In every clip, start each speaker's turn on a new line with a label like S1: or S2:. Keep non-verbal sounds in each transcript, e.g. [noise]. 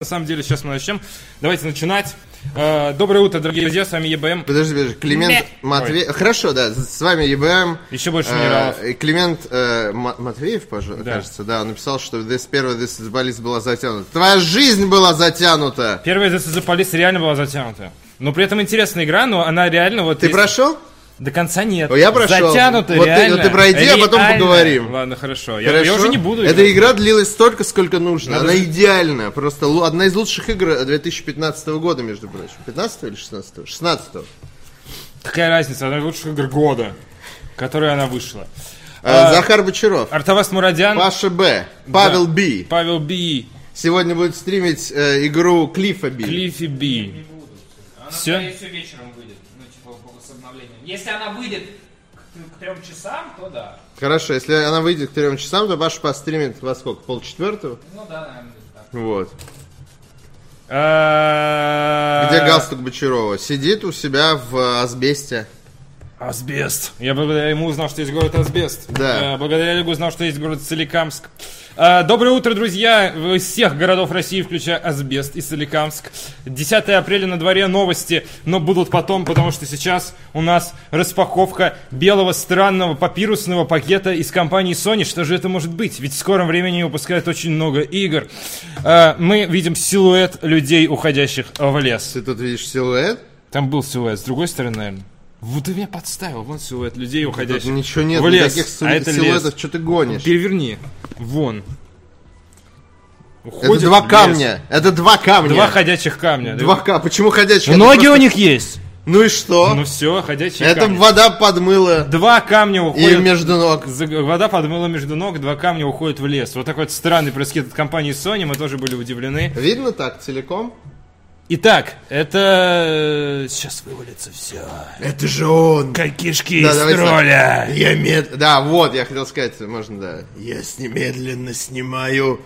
S1: На самом деле, сейчас мы начнем. Давайте начинать. Э, Доброе утро, дорогие друзья, с вами ЕБМ.
S2: Подожди, подожди, Климент Матвеев. Хорошо, да, с вами ЕБМ.
S1: Еще больше
S2: Э,
S1: минералов.
S2: и Климент э, Ма- Матвеев, пожалуйста, кажется, да, он написал, что this первая this is Police была затянута. Твоя жизнь была затянута!
S1: Первая This is the Police реально была затянута. Но при этом интересная игра, но она реально вот...
S2: Ты
S1: есть-
S2: прошел?
S1: До конца нет.
S2: О, я прошел.
S1: Затянута,
S2: Вот ты-
S1: реально.
S2: вот ты пройди, а потом
S1: Реально.
S2: поговорим.
S1: Ладно, хорошо. Я, я
S2: Хорошо.
S1: уже не буду
S2: Эта
S1: играть.
S2: игра длилась столько, сколько нужно.
S1: Надо
S2: Она
S1: же-
S2: идеальна. Просто лу- одна из лучших игр 2015 года, между прочим. 15 или Э, 16? 16.
S1: Какая разница, одна из лучших игр года, в которой она вышла.
S2: Э, Захар Бочаров.
S1: Артавас Мурадян,
S2: Паша Б. Павел
S1: А- Да.
S2: Би.
S1: Павел Би,
S2: Сегодня будет стримить э, игру Клифа Би.
S1: Клиффи Би.
S3: Она,
S1: Всё?
S3: скорее всего, вечером выйдет. Ну, типа, по- с обновлением. Если она выйдет к, к трем часам, то да.
S2: Хорошо, если она выйдет к трем часам, то Паша постримит во сколько? Полчетвертого?
S3: Ну да, наверное, где-то так.
S2: Вот. Где
S1: Где
S2: галстук Бочарова? Сидит у себя в э, асбесте.
S1: Асбест. Я благодаря ему узнал, что есть город Асбест.
S2: Да.
S1: Э, Благодаря Олегу узнал, что есть город Соликамск. Э, Доброе утро, друзья, в- из всех городов России, включая Асбест и Соликамск. 10 апреля на дворе новости, но будут потом, потому что сейчас у нас распаковка белого странного папирусного пакета из компании Sony. Что же это может быть? Ведь в скором времени выпускают очень много игр. Э, Мы видим силуэт людей, уходящих в лес.
S2: Ты тут видишь силуэт?
S1: Там был силуэт, с другой стороны, наверное. Вот ты меня подставил, вон силуэт людей
S2: Ну, Тут
S1: уходящих.
S2: ничего нет,
S1: В лес,
S2: никаких су-
S1: а это
S2: силуэтов.
S1: лес.
S2: Что ты гонишь?
S1: Переверни, вон.
S2: Это
S1: Уходят
S2: два
S1: в лес.
S2: камня. Это два камня.
S1: Два ходячих камня.
S2: Два ка- Почему ходячие?
S1: Ну,
S2: Это
S1: Ноги
S2: просто-
S1: у них есть.
S2: Ну и что?
S1: Ну все, ходячие
S2: Это
S1: камни.
S2: вода подмыла
S1: Два камня
S2: и
S1: уходят.
S2: между ног.
S1: за- Вода подмыла между ног, два камня уходят в лес. Вот такой вот странный происход от компании Sony, мы тоже были удивлены.
S2: Видно так целиком?
S1: Итак, это... э, Сейчас вывалится все.
S2: Это же он.
S1: Как кишки
S2: Да,
S1: из
S2: давайте так.
S1: тролля.
S2: Я мед... Да, вот, я хотел сказать, можно, да. Я с немедленно снимаю...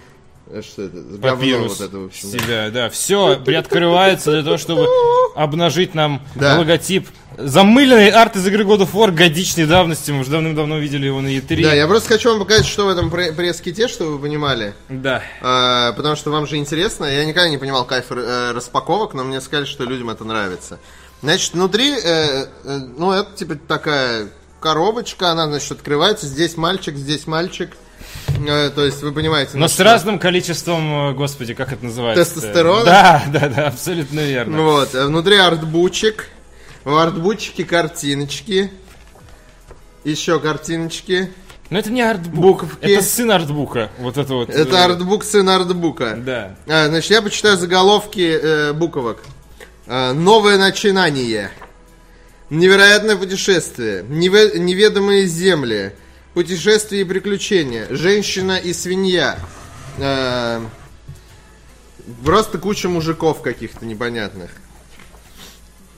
S2: Э, Что это? С говном
S1: папирус
S2: вот это, в общем. да.
S1: себя, да. Все приоткрывается для того, чтобы обнажить нам
S2: Да.
S1: логотип. Замыленный арт из игры God of War годичной давности. Мы уже давным-давно видели его на E E3.
S2: Да, я просто хочу вам показать, что в этом пре- пресс-ките, чтобы вы понимали.
S1: Да.
S2: А, потому что вам же интересно. Я никогда не понимал кайф э, распаковок, но мне сказали, что людям это нравится. Значит, внутри, э, э, ну, это типа такая коробочка, она, значит, открывается. Здесь мальчик, здесь мальчик. Э, то есть, вы понимаете.
S1: Но
S2: на
S1: с
S2: что-
S1: разным количеством, э, господи, как это называется?
S2: Тестостерона?
S1: Да, [laughs] да, да, абсолютно верно.
S2: Вот, э, внутри артбучек. В артбучике картиночки. Еще картиночки.
S1: Но это не артбук.
S2: Буковки.
S1: Это сын артбука. Вот это вот.
S2: Это
S1: э,
S2: артбук сын артбука.
S1: Да.
S2: А, значит, я почитаю заголовки э, буковок. А, новое начинание. Невероятное путешествие. Неве- неведомые земли. Путешествие и приключения. Женщина и свинья. Э, просто куча мужиков каких-то непонятных.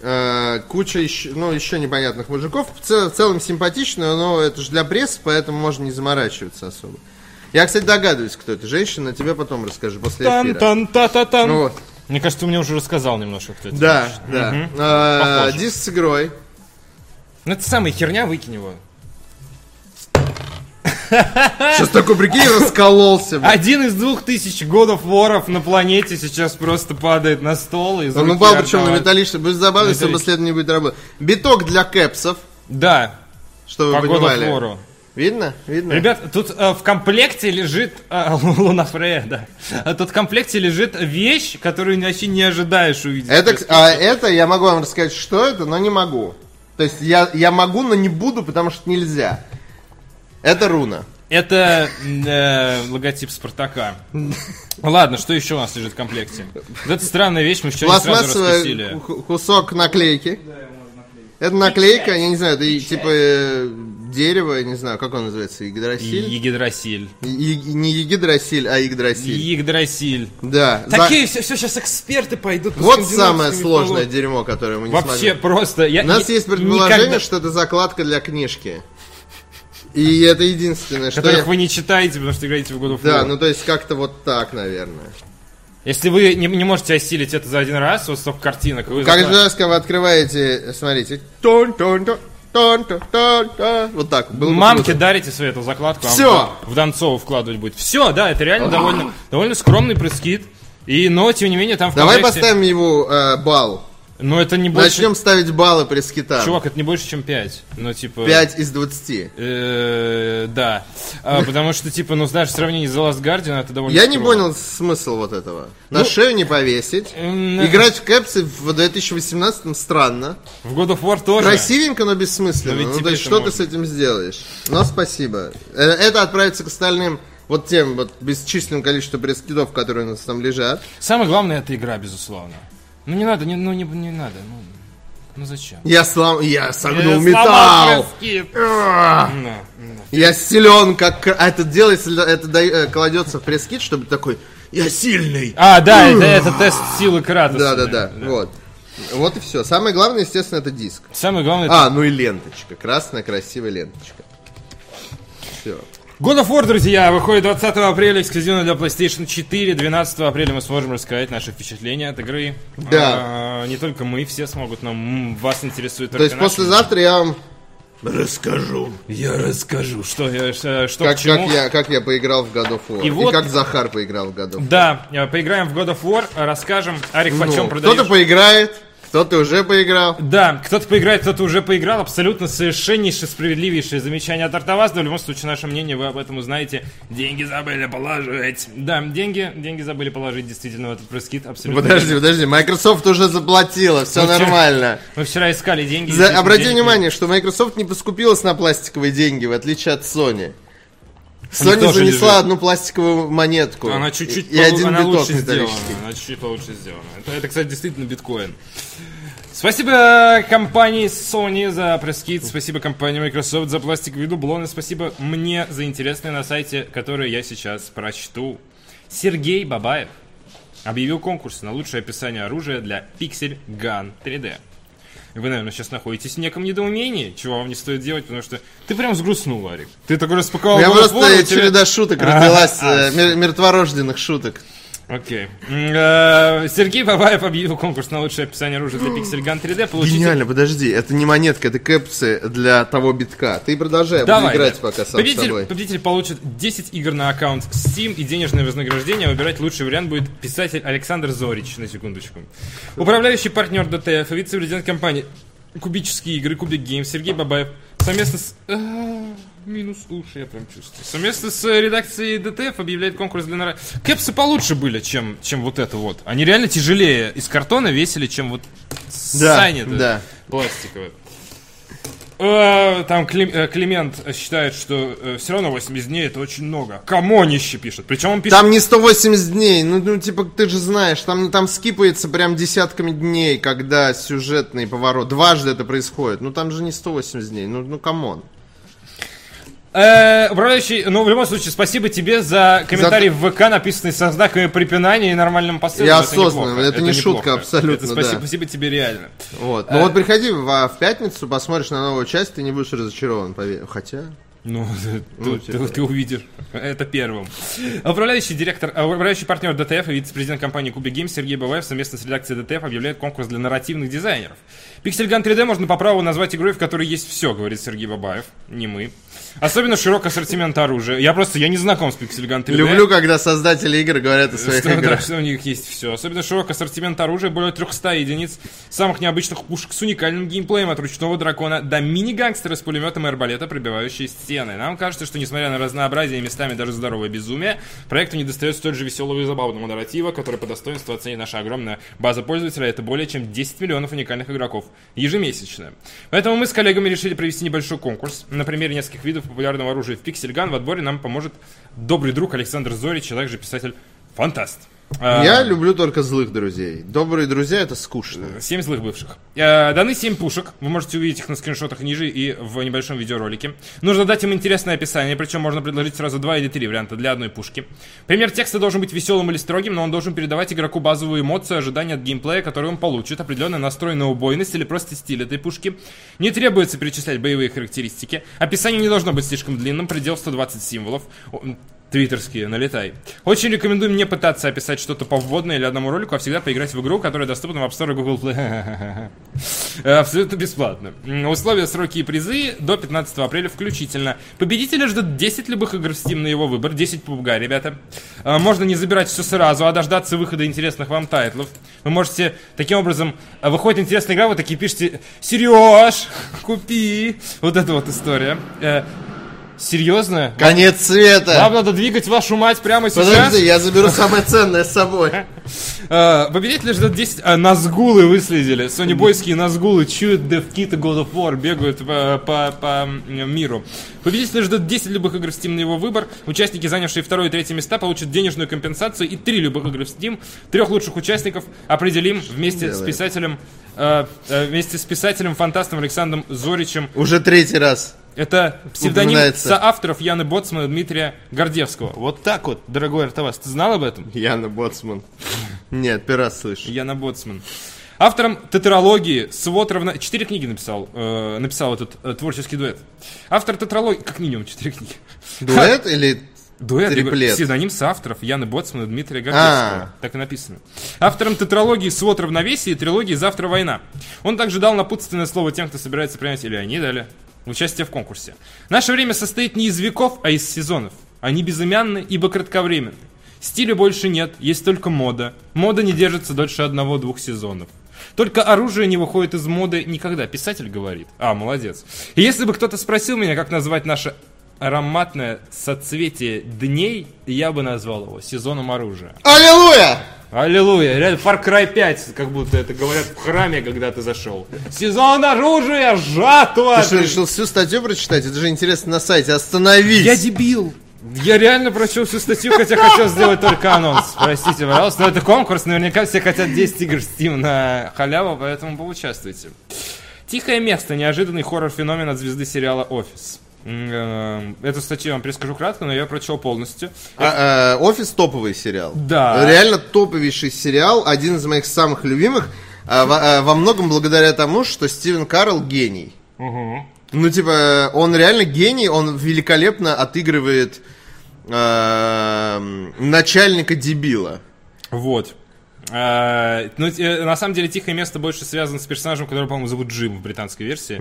S2: Э, куча еще, ну, еще непонятных мужиков. В, цел- в целом симпатично, но это же для прессы, поэтому можно не заморачиваться особо. Я, кстати, догадываюсь, кто это. Женщина, тебе потом расскажу после
S1: тан
S2: эфира.
S1: тан та та тан
S2: Ну вот.
S1: Мне кажется, ты мне уже рассказал немножко, кто это.
S2: Да, да. Э,
S1: Похоже.
S2: Диск с игрой.
S1: Ну это самая херня, выкинь его. Э!
S2: Сейчас такой, прикинь,
S1: [laughs]
S2: раскололся. блин.
S1: Один из двух тысяч годов воров на планете сейчас просто падает на стол и
S2: Он упал, причем на металлический. Будет забавно,
S1: На
S2: если бы
S1: металлический.
S2: след не будет работать. Биток для кэпсов,
S1: Да,
S2: чтобы вы
S1: по году
S2: понимали.
S1: флору.
S2: Видно? Видно?
S1: Ребят, тут э, в комплекте лежит э, [laughs] Луна Фрея, да. А тут в комплекте лежит вещь, которую вообще не ожидаешь увидеть.
S2: это, к- а это я могу вам рассказать, что это, но не могу. То есть я, я могу, но не буду, потому что нельзя. Это руна.
S1: Это э, логотип
S2: [laughs]
S1: Спартака. Ладно, что еще у нас лежит в комплекте? Вот это странная вещь, мы вчера не сразу
S2: Пластмассовый
S1: раскусили.
S2: ку- кусок наклейки. Это наклейка, я не знаю, это и типа э, дерево, я не знаю, как он называется, игдрасиль?
S1: Егидрасиль.
S2: И- и- не Егидрасиль, а Игдрасиль.
S1: Егидрасиль.
S2: Да. за-
S1: Такие все, все сейчас эксперты пойдут. по
S2: Вот
S1: скандинавским
S2: самое
S1: мифологиям.
S2: сложное дерьмо, которое мы не
S1: Вообще
S2: смогли.
S1: просто. Я
S2: У нас
S1: ни-
S2: есть предположение,
S1: никогда-
S2: что это закладка для книжки. И это единственное, что
S1: которых
S2: я-
S1: вы не читаете, потому что играете в God of War.
S2: Да, ну то есть как-то вот так, наверное.
S1: Если вы не, не можете осилить это за один раз, вот столько картинок, вы
S2: Каждый
S1: зато-
S2: раз, когда вы открываете, смотрите. тон-тон-тон, тон-тон-тон-тон, Вот так. Было бы
S1: мамке
S2: круто.
S1: дарите свою эту закладку, а
S2: Всё.
S1: вам в Донцову вкладывать будет. Все, да, это реально довольно, довольно скромный пресс-кит. И, но, тем не менее, там в
S2: Давай
S1: комплекте-
S2: поставим его э, балл.
S1: Но это не больше...
S2: Начнем ставить баллы при скитам.
S1: Чувак, это не больше, чем 5. Ну, типа...
S2: 5 из 20.
S1: Э, да. А, потому что, типа, ну, даже в сравнении с The Last Guardian это довольно...
S2: Я не
S1: скромно.
S2: понял смысл вот этого. На
S1: Ну,
S2: шею не повесить.
S1: м,
S2: Играть в кэпсы в 2018 странно.
S1: В God of War тоже.
S2: Красивенько, но бессмысленно.
S1: Но ведь
S2: ну,
S1: тебе
S2: то есть,
S1: это
S2: что
S1: можно.
S2: ты с этим сделаешь? Но спасибо. Э, Это отправится к остальным вот тем вот бесчисленным количеством прескидов, которые у нас там лежат.
S1: Самое главное, это игра, безусловно. Ну, не надо, не, ну, не, не надо. Ну, ну зачем?
S2: Я слом... Я согнул
S1: Э,
S2: Ну, металл!
S1: сломал куски. Да, да.
S2: Я силен, как... кра- А это делается, это дай- э, кладется в пресс-кит, чтобы такой... Я сильный!
S1: А, да, это, это тест силы Кратоса.
S2: Да, да, да, вот. Вот и все. Самое главное, естественно, это диск.
S1: Самое главное... это-
S2: А, ну и ленточка. Красная, красивая ленточка. Все.
S1: God of War, друзья, выходит 20 апреля эксклюзивно для PlayStation 4. 12 апреля мы сможем рассказать наши впечатления от игры.
S2: Да.
S1: А, не только мы, все смогут, но м, вас интересует
S2: То есть
S1: только наши
S2: послезавтра я вам расскажу,
S1: Я расскажу, что, я- э, что
S2: как,
S1: к чему.
S2: как я, как я поиграл в God of War.
S1: И
S2: И,
S1: вот-
S2: как Захар поиграл в God of War.
S1: Да, э, поиграем в God of War, расскажем, Арик,
S2: Ну,
S1: почем продаешь.
S2: кто-то поиграет, кто-то уже поиграл.
S1: Да, кто-то поиграет, кто-то уже поиграл. Абсолютно совершеннейшее, справедливейшее замечание от Артовазда. В любом случае, наше мнение, вы об этом узнаете. Деньги забыли положить. Да, деньги, деньги забыли положить действительно в этот пресс-кит. Абсолютно.
S2: Подожди, подожди, Microsoft уже заплатила, все
S1: Ну, всё.
S2: нормально.
S1: Мы вчера искали деньги.
S2: За-
S1: действительно,
S2: обрати
S1: денег нет.
S2: внимание, что Microsoft не поскупилась на пластиковые деньги, в отличие от Sony. Sony
S1: тоже
S2: занесла
S1: лежит.
S2: одну пластиковую монетку.
S1: Она чуть-чуть
S2: и, и
S1: полу-
S2: один
S1: она
S2: биток
S1: лучше сделана.
S2: металлический.
S1: Она чуть-чуть лучше сделана. Это, это, кстати, действительно биткоин. Спасибо э, компании Sony за пресс-кит, спасибо компании Microsoft за пластиковые дублоны, спасибо мне за интересные на сайте, которые я сейчас прочту. Сергей Бабаев объявил конкурс на лучшее описание оружия для Pixel Gun 3D. Вы, наверное, сейчас находитесь в неком недоумении, чего вам не стоит делать, потому что ты прям сгрустнул, Арик. Ты такой распаковал...
S2: У меня
S1: God of War,
S2: просто
S1: у тебя-
S2: череда шуток
S1: А,
S2: родилась, э, мер- мертворожденных шуток.
S1: Окей. М, э, Сергей Бабаев объявил конкурс на лучшее описание оружия для Pixel Gun 3D. Получите...
S2: Гениально, подожди, это не монетка, это кэпсы для того битка. Ты продолжай я буду
S1: Давай.
S2: играть
S1: да.
S2: пока сам с
S1: победитель,
S2: тобой.
S1: победитель получит 10 игр на аккаунт Steam и денежное вознаграждение. Выбирать лучший вариант будет писатель Александр Зорич, на секундочку. Управляющий партнер ДТФ и вице-президент компании Кубические игры, Кубик Гейм, Сергей Бабаев. Совместно с... А, Минус уши, я прям чувствую. Совместно с э, редакцией ДТФ объявляет конкурс для... нара- Кэпсы получше были, чем, чем вот это вот. Они реально тяжелее из картона весили, чем вот
S2: Да,
S1: сани
S2: да.
S1: пластиковые. Э, Там Клим- э, Климент считает, что все равно 80 дней это очень много. Камонище пишет. Причем он пишет...
S2: Там не 180 дней, ну, ну, типа, ты же знаешь, там, там скипается прям десятками дней, когда сюжетный поворот. Дважды это происходит. Ну, там же не 180 дней, ну, ну, камон.
S1: Э, Управляющий, ну, в любом случае, спасибо тебе за комментарий в ВК, написанный со знаками препинания и нормальным посылом.
S2: Я
S1: Это неплохо,
S2: осознанно, это не шутка
S1: неплохо.
S2: абсолютно,
S1: Это спасибо,
S2: да.
S1: спасибо тебе реально.
S2: Вот.
S1: Э.
S2: Ну, вот приходи в, в пятницу, посмотришь на новую часть, ты не будешь разочарован, поверь. Хотя...
S1: Ну, [laughs]
S2: Ну,
S1: ты,
S2: типа.
S1: ты- ты увидишь. Это первым. Управляющий директор, а, управляющий партнер ДТФ и вице-президент компании Куби Гейм Сергей Бабаев совместно с редакцией ДТФ объявляет конкурс для нарративных дизайнеров. Пиксельган 3D можно по праву назвать игрой, в которой есть все, говорит Сергей Бабаев. Не мы. Особенно широк ассортимент оружия. Я просто, я не знаком с Пиксельган 3D.
S2: Люблю, когда создатели игр говорят о своих
S1: Что, да,
S2: играх.
S1: что у них есть все. Особенно широк ассортимент оружия, более 300 единиц самых необычных пушек с уникальным геймплеем от ручного дракона до мини-гангстера с пулеметом и арбалета, пробивающие стены. Нам кажется, что несмотря на разнообразие и местами даже здоровое безумие, проекту не достает столь же веселого и забавного нарратива, который по достоинству оценит наша огромная база пользователя. Это более чем 10 миллионов уникальных игроков ежемесячно. Поэтому мы с коллегами решили провести небольшой конкурс. На примере нескольких видов популярного оружия в Пиксельган в отборе нам поможет добрый друг Александр Зорич, а также писатель Фантаст. А,
S2: Я люблю только злых друзей. Добрые друзья это скучно.
S1: Семь злых бывших. Э, Даны 7 пушек. Вы можете увидеть их на скриншотах ниже и в небольшом видеоролике. Нужно дать им интересное описание, причем можно предложить сразу два или три варианта для одной пушки. Пример текста должен быть веселым или строгим, но он должен передавать игроку базовые эмоции, ожидания от геймплея, которые он получит, определенный настрой на убойность или просто стиль этой пушки. Не требуется перечислять боевые характеристики. Описание не должно быть слишком длинным, предел 120 символов. О, Твиттерские, налетай. Очень рекомендую не пытаться описать что-то по вводной или одному ролику, а всегда поиграть в игру, которая доступна в App Store и Google Play. [laughs] Э, Абсолютно бесплатно. М, Условия, сроки и призы до 15 апреля включительно. Победителя ждут 10 любых игр в Steam на его выбор. 10 попугай, ребята. Э, Можно не забирать все сразу, а дождаться выхода интересных вам тайтлов. Вы можете таким образом... э, Выходит интересная игра, вы такие пишете «Сереж, купи!» Вот это вот история. Э, Серьезно?
S2: Конец света.
S1: Вам надо двигать вашу мать прямо сейчас?
S2: Подожди, я заберу самое ценное с собой.
S1: Э, Победители ждут 10... А, назгулы выследили. Сонибойские назгулы чуют девкиты God of War, бегают э, по, по м, миру. Победители ждут 10 любых игр в Steam на его выбор. Участники, занявшие второе и третье места, получат денежную компенсацию и 3 любых игры в Steam. Трех лучших участников определим вместе с
S2: делает?
S1: писателем... э, э, вместе с писателем, фантастом Александром Зоричем
S2: [laughs] Уже третий раз.
S1: это псевдоним
S2: Упоминается.
S1: соавторов Яны Боцмана и Дмитрия Гордевского. Вот так вот, дорогой Артавас. Ты знал об этом?
S2: Яна Боцман. Нет, первый раз слышу.
S1: Яна Боцман. Автором тетралогии свод равна... Четыре книги написал, э, написал этот э, творческий дуэт. Автор тетралогии... Как минимум четыре книги.
S2: [laughs] Дуэт или
S1: [laughs] Дуэт, я говорю,
S2: Триплет.
S1: псевдоним соавторов Яны Боцмана и Дмитрия Гордецкого.
S2: А.
S1: Так и написано. Автором тетралогии «Свод равновесия» и трилогии «Завтра война». Он также дал напутственное слово тем, кто собирается принять, или они дали, участие в конкурсе. Наше время состоит не из веков, а из сезонов. Они безымянны, ибо кратковременны. Стиля больше нет, есть только мода. Мода не держится дольше одного-двух сезонов. Только оружие не выходит из моды никогда, писатель говорит. А, молодец. И если бы кто-то спросил меня, как назвать наше ароматное соцветие дней, я бы назвал его сезоном оружия.
S2: Аллилуйя!
S1: Аллилуйя. Реально, Far Cry 5, как будто это говорят в храме, когда ты зашел. Сезон оружия, жатва!
S2: Ты что, решил всю статью прочитать? Это же интересно на сайте. Остановись!
S1: Я дебил. Я реально прочел всю статью, хотя хотел сделать только анонс. Простите, пожалуйста, но это конкурс, наверняка все хотят 10 игр в Steam на халяву, поэтому поучаствуйте. Тихое место, неожиданный хоррор-феномен от звезды сериала «Офис». М, эм, Эту статью я вам перескажу кратко, но я прочел полностью.
S2: А, э, Офис топовый сериал.
S1: Да.
S2: Реально топовейший сериал, один из моих самых любимых. а, во, а, во многом благодаря тому, что Стивен Карл гений. Ну, типа, он реально гений, он великолепно отыгрывает эм, начальника дебила.
S1: Вот. А, ну, э, на самом деле, «Тихое место» больше связано с персонажем, которого, по-моему, зовут Джим в британской версии.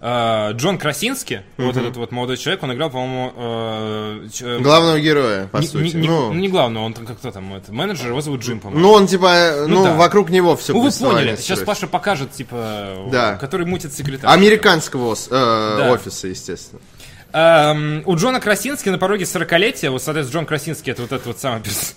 S1: А, Джон Красинский, вот этот вот молодой человек, он играл, по-моему, э, ч-
S2: Главного героя, по
S1: не,
S2: сути.
S1: не- не-
S2: ну,
S1: не главного, он там как кто там, это, менеджер, его зовут Джим, по-моему.
S2: ну, он, типа, э, ну,
S1: да.
S2: вокруг него все
S1: Ну, вы поняли, сейчас Паша покажет, типа,
S2: Да.
S1: который мутит секретарь.
S2: Американского ос- э, офиса, естественно.
S1: Эм, у Джона Красински на пороге 40-летия, вот, соответственно, Джон Красинский, это вот этот вот самый перс-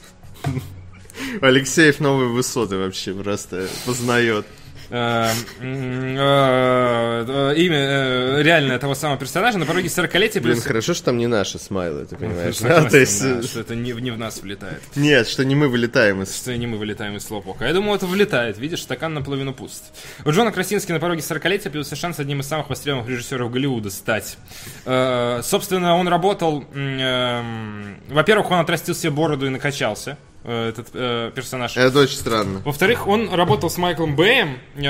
S2: Алексеев новые высоты вообще просто познает.
S1: Эм, м, э, э, имя э, реально того самого персонажа на пороге 40-летия
S2: Блин,
S1: плюс...
S2: хорошо, что там не наши смайлы, ты понимаешь?
S1: [laughs]
S2: да?
S1: Согласен,
S2: То есть,
S1: да,
S2: э,
S1: что это не, в- не в нас влетает.
S2: Нет, что не мы вылетаем из...
S1: Что не мы вылетаем из слоупока. Я думал, это влетает. Видишь, стакан наполовину пуст. У Джона Красински на пороге 40-летия появился шанс одним из самых востребованных режиссеров Голливуда стать. Э, собственно, он работал... м, эм, во-первых, он отрастил себе бороду и накачался. э, этот э, персонаж.
S2: Это очень странно.
S1: Во-вторых, он работал с Майклом Бэем э,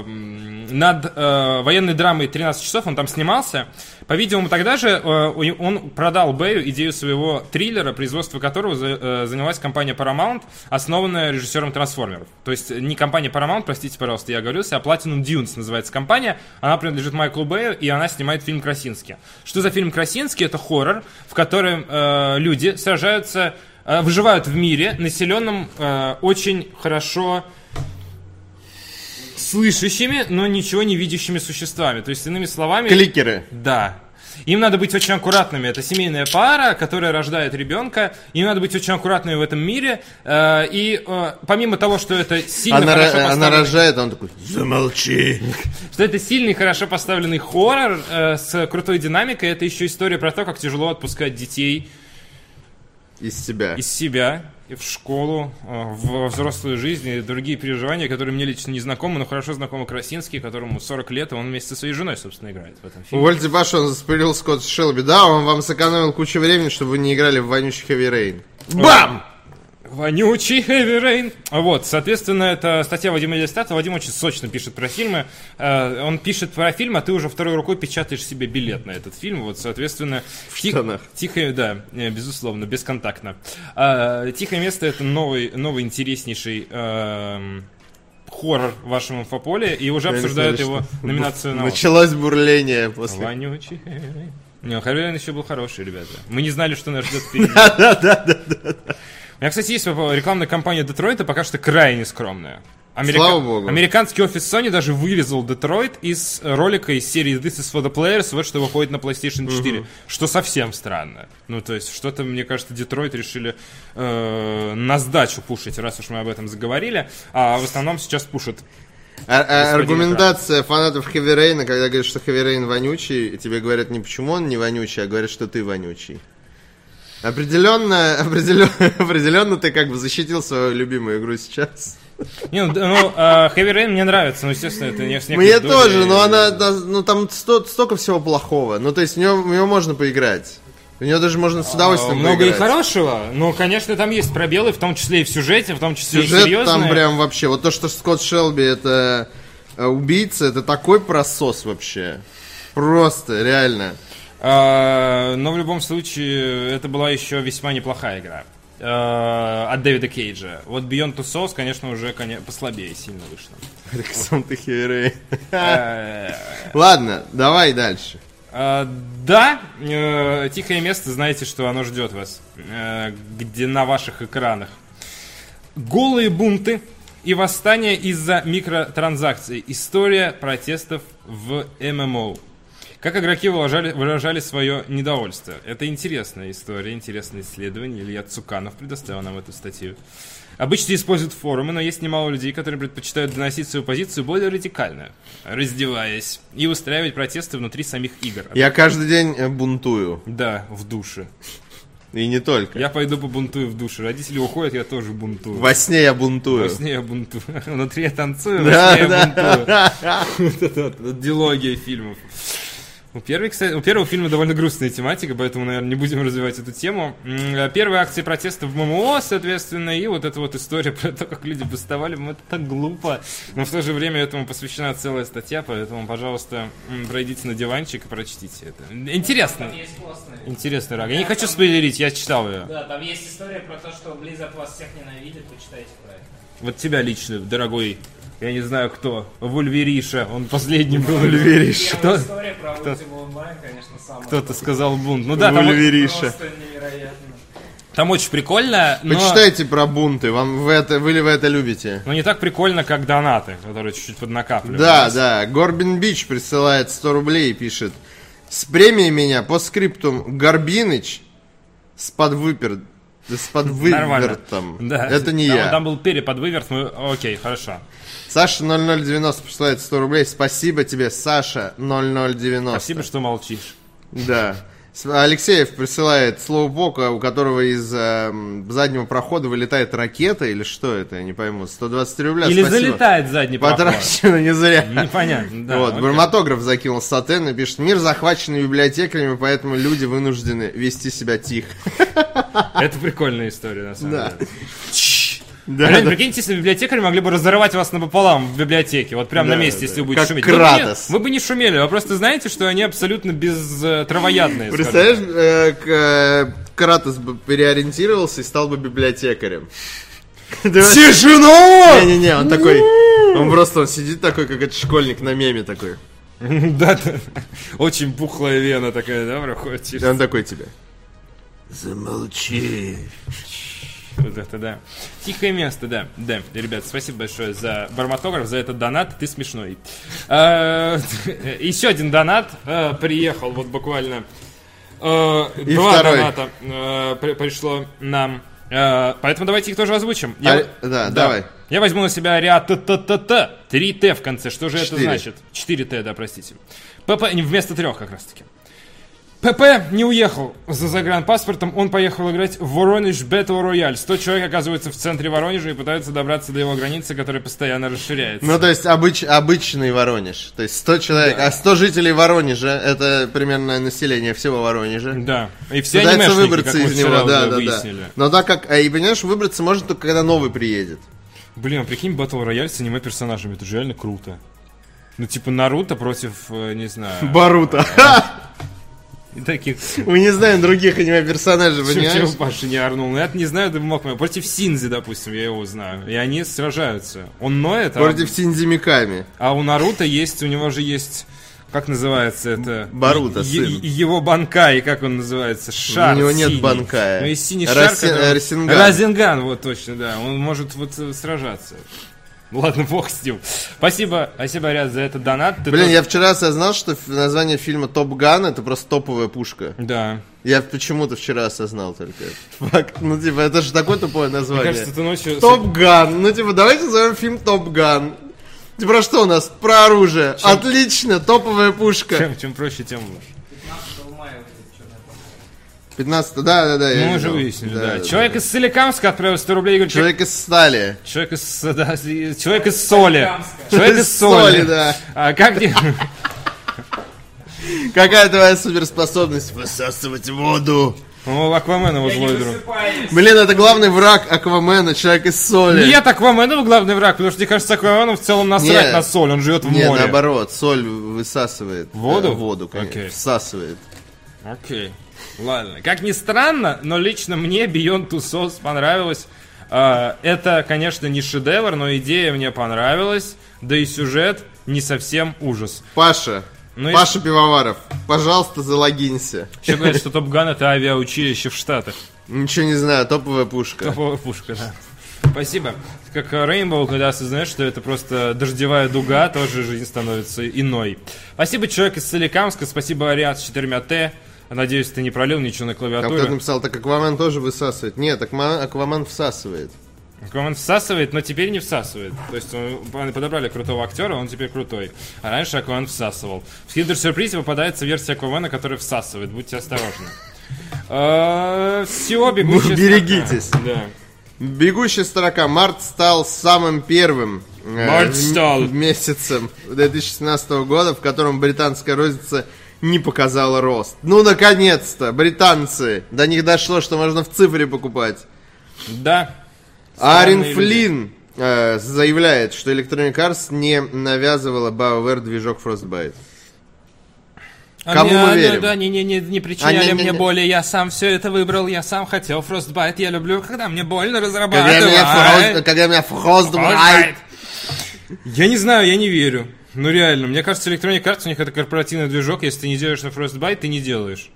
S1: м, над э, военной драмой «13 часов», он там снимался. По-видимому, тогда же э, у- он продал Бэю идею своего триллера, производство которого за- э, занялась компания Paramount, основанная режиссером «Трансформеров». То есть э, не компания Paramount, простите, пожалуйста, я оговорился, а Platinum Dunes называется компания. Она принадлежит Майклу Бэю, и она снимает фильм «Красинский». Что за фильм «Красинский»? Это хоррор, в котором э, люди сражаются э, выживают в мире, населенном э, очень хорошо слышащими, но ничего не видящими существами. То есть, иными словами...
S2: Кликеры.
S1: Да. Им надо быть очень аккуратными. Это семейная пара, которая рождает ребенка. Им надо быть очень аккуратными в этом мире. Э, И э, помимо того, что это сильно
S2: Она,
S1: хорошо
S2: ро- она
S1: поставленный-
S2: рожает, а он такой, замолчи.
S1: что это сильный, хорошо поставленный хоррор э, с крутой динамикой. Это еще история про то, как тяжело отпускать детей
S2: Из себя.
S1: из себя и в школу, э, в взрослую жизнь и другие переживания, которые мне лично не знакомы, но хорошо знакомы Красинский, которому 40 лет, и он вместе со своей женой, собственно, играет в этом фильме.
S2: Увольте Пашу, он запылил Скотт Шелби. Да, он вам сэкономил кучу времени, чтобы вы не играли в вонючий Heavy Rain. Бам!
S1: Вонючий Heavy Rain. Вот, соответственно, это статья Вадима Елистата. Вадим очень сочно пишет про фильмы. Э, Он пишет про фильм, а ты уже второй рукой печатаешь себе билет на этот фильм. Вот, соответственно, тих-
S2: штанах.
S1: тихое, да, э, безусловно, бесконтактно. А, Тихое место это новый, новый интереснейший эм, хоррор в вашем инфополе, и уже
S2: Я не
S1: обсуждают
S2: знаю, [laughs]
S1: его номинацию на Оскар.
S2: Началось бурление после.
S1: Вонючий. Не, Харрисон еще был хороший, ребята. Мы не знали, что нас ждет впереди. У меня, кстати, есть вопрос. рекламная кампания Детройта, пока что крайне скромная.
S2: Слава богу.
S1: Американский офис Sony даже вырезал Детройт из э, ролика из серии This is for the Players, вот что выходит на PlayStation 4, что совсем странно. Ну, то есть, что-то, мне кажется, Детройт решили э, на сдачу пушить, раз уж мы об этом заговорили. А в основном сейчас пушат
S2: А- а-
S1: Господин
S2: Аргументация фанатов Хеверейна, когда говорят, что Хеверейн вонючий, и тебе говорят не почему он не вонючий, а говорят, что ты вонючий. Определенно, [laughs] определенно, определенно ты как бы защитил свою любимую игру сейчас.
S1: Не, ну, да, ну, а, Heavy Rain мне нравится, ну, естественно, это не с некой
S2: Мне
S1: долей-
S2: тоже, но она, да, ну там сто- столько всего плохого. Ну то есть в нее, можно поиграть. В нее даже можно с
S1: А,
S2: удовольствием
S1: Много и
S2: поиграть.
S1: хорошего, но, конечно, там есть пробелы, в том числе и в сюжете, в том числе и
S2: Сюжет
S1: серьезные.
S2: там прям вообще. Вот то, что Скотт Шелби это э, убийца, это такой просос вообще. Просто, реально.
S1: А, но в любом случае, это была еще весьма неплохая игра а, от Дэвида Кейджа. Вот Beyond Two Souls, конечно, уже коне- послабее сильно вышло.
S2: Так сам ты херей.
S1: Э,
S2: [laughs] Ладно, давай дальше.
S1: а, Да, э, тихое место, знаете, что оно ждет вас, э, где на ваших экранах. Голые бунты и восстание из-за микротранзакций. История протестов в ММО. Как игроки выражали, выражали свое недовольство. Это интересная история, интересное исследование. Илья Цуканов предоставил нам эту статью. Обычно используют форумы, но есть немало людей, которые предпочитают доносить свою позицию более радикально, раздеваясь, и устраивать протесты внутри самих игр.
S2: Я каждый день э, бунтую.
S1: Да, в душе.
S2: И не только.
S1: Я пойду побунтую в душе. Родители уходят, я тоже бунтую.
S2: Во сне я
S1: Во
S2: бунтую.
S1: сне я бунтую. [laughs] Внутри я танцую, во
S2: Да,
S1: сне я
S2: да.
S1: бунтую.
S2: [laughs]
S1: Вот это вот, вот дилогия фильмов. У, первой, кстати, у первого фильма довольно грустная тематика, поэтому, наверное, не будем развивать эту тему. М, а Первые акции протеста в ММО, соответственно, и вот эта вот история [laughs] про то, как люди бастовали, м, это так глупо. Но в то же время этому посвящена целая статья, поэтому, пожалуйста, м, пройдите на диванчик и прочтите это. Интересно.
S3: Там есть классные.
S1: Интересный рак. Я не хочу спойлерить, я читал ее.
S3: Да, там есть история про то, что Blizzard вас всех ненавидит, вы читаете про это.
S1: Вот тебя лично, дорогой, я не знаю кто, Вульвериша, он последний был
S2: Вульвериша.
S1: Кто-
S3: Первая история про Ultima Online, конечно, самая.
S1: Кто-то сказал бунт. Ну да, там,
S2: Вульвериша.
S3: Просто невероятно.
S1: там очень прикольно, но,
S2: Почитайте про бунты, вам вы это, вы ли вы это любите?
S1: но не так прикольно, как донаты, которые чуть-чуть поднакапливают.
S2: Да, да. Горбин Бич присылает 100 рублей и пишет. С премией меня по скриптум Горбиныч с подвыпер... С
S1: Нормально.
S2: подвывертом.
S1: Да.
S2: Это не
S1: там,
S2: я.
S1: Там был перепод выверт, мы... Окей, хорошо.
S2: Саша 0090 присылает 100 рублей. Спасибо тебе, Саша 0090.
S1: Спасибо, что молчишь.
S2: Да. С- Алексеев присылает слоупока, у которого из эм, заднего прохода вылетает ракета или что это, я не пойму. 120 рубля,
S1: Или
S2: спасибо.
S1: залетает задний проход.
S2: Потрачено не зря.
S1: Непонятно, да.
S2: вот,
S1: окей.
S2: Барматограф закинул сатен и пишет, мир захвачен библиотекарями, поэтому люди вынуждены вести себя тихо.
S1: Это прикольная история, на самом
S2: Да.
S1: деле.
S2: Да,
S1: Блин,
S2: да.
S1: прикиньте, если библиотекари могли бы разорвать вас напополам в библиотеке, вот прям
S2: Да,
S1: на месте,
S2: да.
S1: если вы будете
S2: Как
S1: шуметь.
S2: Кратос.
S1: Вы, бы не, вы бы не шумели, вы просто знаете, что они абсолютно без э, травоядные. скажем.
S2: Представляешь, э, к, э, Кратос бы переориентировался и стал бы библиотекарем.
S1: Тишина!
S2: Не-не-не, он такой, он просто он сидит такой, как этот школьник на меме такой.
S1: [laughs] Да, да. Очень пухлая вена такая, да, проходит
S2: И
S1: через-
S2: он такой тебе. Замолчи.
S1: Вот это да. Тихое место, да. Да, ребят, спасибо большое за барматограф, за этот донат. Ты смешной. А, [laughs] Еще один донат э, приехал вот буквально. Э,
S2: И
S1: Два
S2: второй.
S1: доната э, при- пришло нам. Э, Поэтому давайте их тоже озвучим.
S2: А, да, давай.
S1: Я возьму на себя ариат т-т-т-т. 3Т в конце. Что же это
S2: Четыре.
S1: значит? 4Т, да, простите. ПП не, вместо трех как раз таки. ПП не уехал за загранпаспортом, он поехал играть в Воронеж Battle Royale. 100 человек оказываются в центре Воронежа и пытаются добраться до его границы, которая постоянно расширяется.
S2: Ну, то есть обыч, обычный Воронеж. То есть 100 человек, а 100 жителей Воронежа, это примерно население всего Воронежа.
S1: Да. И все
S2: Пытаются
S1: анимешники,
S2: выбраться
S1: как мы
S2: из него,
S1: вчера
S2: да,
S1: уже
S2: да, да.
S1: выяснили.
S2: Но так как, а, и понимаешь, выбраться можно только когда новый приедет.
S1: Блин, а прикинь, Battle Royale с аниме персонажами, это же реально
S2: [laughs]
S1: круто. Ну, типа Наруто против, э, не знаю...
S2: Барута.
S1: И таких...
S2: Мы не знаем других аниме-персонажей,
S1: Чего
S2: понимаешь?
S1: Паша не орнул? Ну, я не знаю, да мог понять. Против Синзи, допустим, я его знаю. И они сражаются. Он ноет, а,
S2: Против Синдзи Миками.
S1: а у Наруто есть, у него же есть... Как называется это?
S2: Баруто,
S1: Е-
S2: сын.
S1: е- его банка, и как он называется? Шар
S2: У него нет
S1: синий.
S2: банкая.
S1: Ну, есть синий шар,
S2: Раси-
S1: который-
S2: Расинган.
S1: Расинган, вот точно, да. Он может вот э, сражаться. Ну, Ладно, бог с ним. Спасибо, спасибо, Ряд, за этот донат. Ты
S2: Блин,
S1: тоже-
S2: я вчера осознал, что ф- название фильма Топ Ган это просто топовая пушка.
S1: Да.
S2: Я почему-то вчера осознал только этот факт. Ну, типа, это же такое тупое
S1: Мне
S2: название.
S1: кажется, ты ночью...
S2: Топ Ган. Ну, типа, давайте назовем фильм Топ Ган. Ты про что у нас? Про оружие. Отлично, топовая пушка.
S1: Чем, чем проще, тем лучше.
S3: 15 мая выйдет черная пантера.
S2: 15 да, да, да. я
S1: Мы уже
S2: видел.
S1: выяснили, да.
S2: да,
S1: Человек из Соликамска отправил 100 рублей и говорит, человек,
S2: Человек из стали.
S1: человек из, да, и- человек из соли.
S3: Соликамска.
S1: Человек из
S2: Из
S1: соли.
S2: соли, да.
S1: А как [laughs] де-
S2: Какая твоя суперспособность? Высасывать воду.
S1: О, Аквамен его
S3: Я не
S1: злой друг.
S3: высыпаюсь.
S2: Блин, это главный враг Аквамена, человек из соли.
S1: Нет, Аквамену главный враг, потому что, мне кажется, Аквамену в целом насрать
S2: Не.
S1: на соль, он живет в
S2: Не,
S1: море.
S2: наоборот, соль высасывает.
S1: Воду?
S2: э, воду, конечно.
S1: Окей.
S2: Всасывает.
S1: Окей. Ладно. Как ни странно, но лично мне Beyond Two Souls понравилось. А, Это, конечно, не шедевр, но идея мне понравилась. Да и сюжет не совсем ужас.
S2: Паша.
S1: Ну и-
S2: Паша Пивоваров, пожалуйста, залогинься.
S1: Еще говорят, что Топган это авиаучилище в Штатах.
S2: Ничего не знаю, топовая пушка.
S1: Топовая пушка, да. Спасибо. Как Рейнбоу, когда осознаешь, что это просто дождевая дуга, тоже жизнь становится иной. Спасибо, человек из Соликамска, спасибо, Ариат с четырьмя Т. Надеюсь, ты не пролил ничего на
S2: Там кто-то
S1: клавиатуре.
S2: написал, так Аквамен тоже высасывает. Нет, Аквамен, Аквамен всасывает.
S1: Он всасывает, но теперь не всасывает. То есть он- они подобрали крутого актера, он теперь крутой. А раньше Аквамен всасывал. В Хиндер-сюрпризе попадается версия Аквамена, которая всасывает. Будьте осторожны. Все, бегущие...
S2: Ну, берегитесь.
S1: строка. Да.
S2: Бегущая строка. Март стал самым первым э,
S1: Март
S2: в-
S1: стал.
S2: месяцем 2017 года, в котором британская розница не показала рост. Ну, наконец-то, британцы. До них дошло, что можно в цифре покупать.
S1: Да.
S2: Арен
S1: Странные
S2: Флинн э, заявляет, что Electronic Arts не навязывала BioWare движок Frostbite.
S1: А
S2: Кому
S1: мне-
S2: мы
S1: а,
S2: верим?
S1: Да, не, не, не, не причиняли
S2: А, не, не,
S1: мне
S2: не.
S1: боли, я сам все это выбрал, я сам хотел Frostbite, я люблю, когда мне больно
S2: Когда меня Frost-
S1: разрабатывать.
S2: когда меня Frostbite...
S1: Я не знаю, я не верю. Ну реально, мне кажется, Electronic Arts у них это корпоративный движок, если ты не делаешь на Frostbite, ты не делаешь.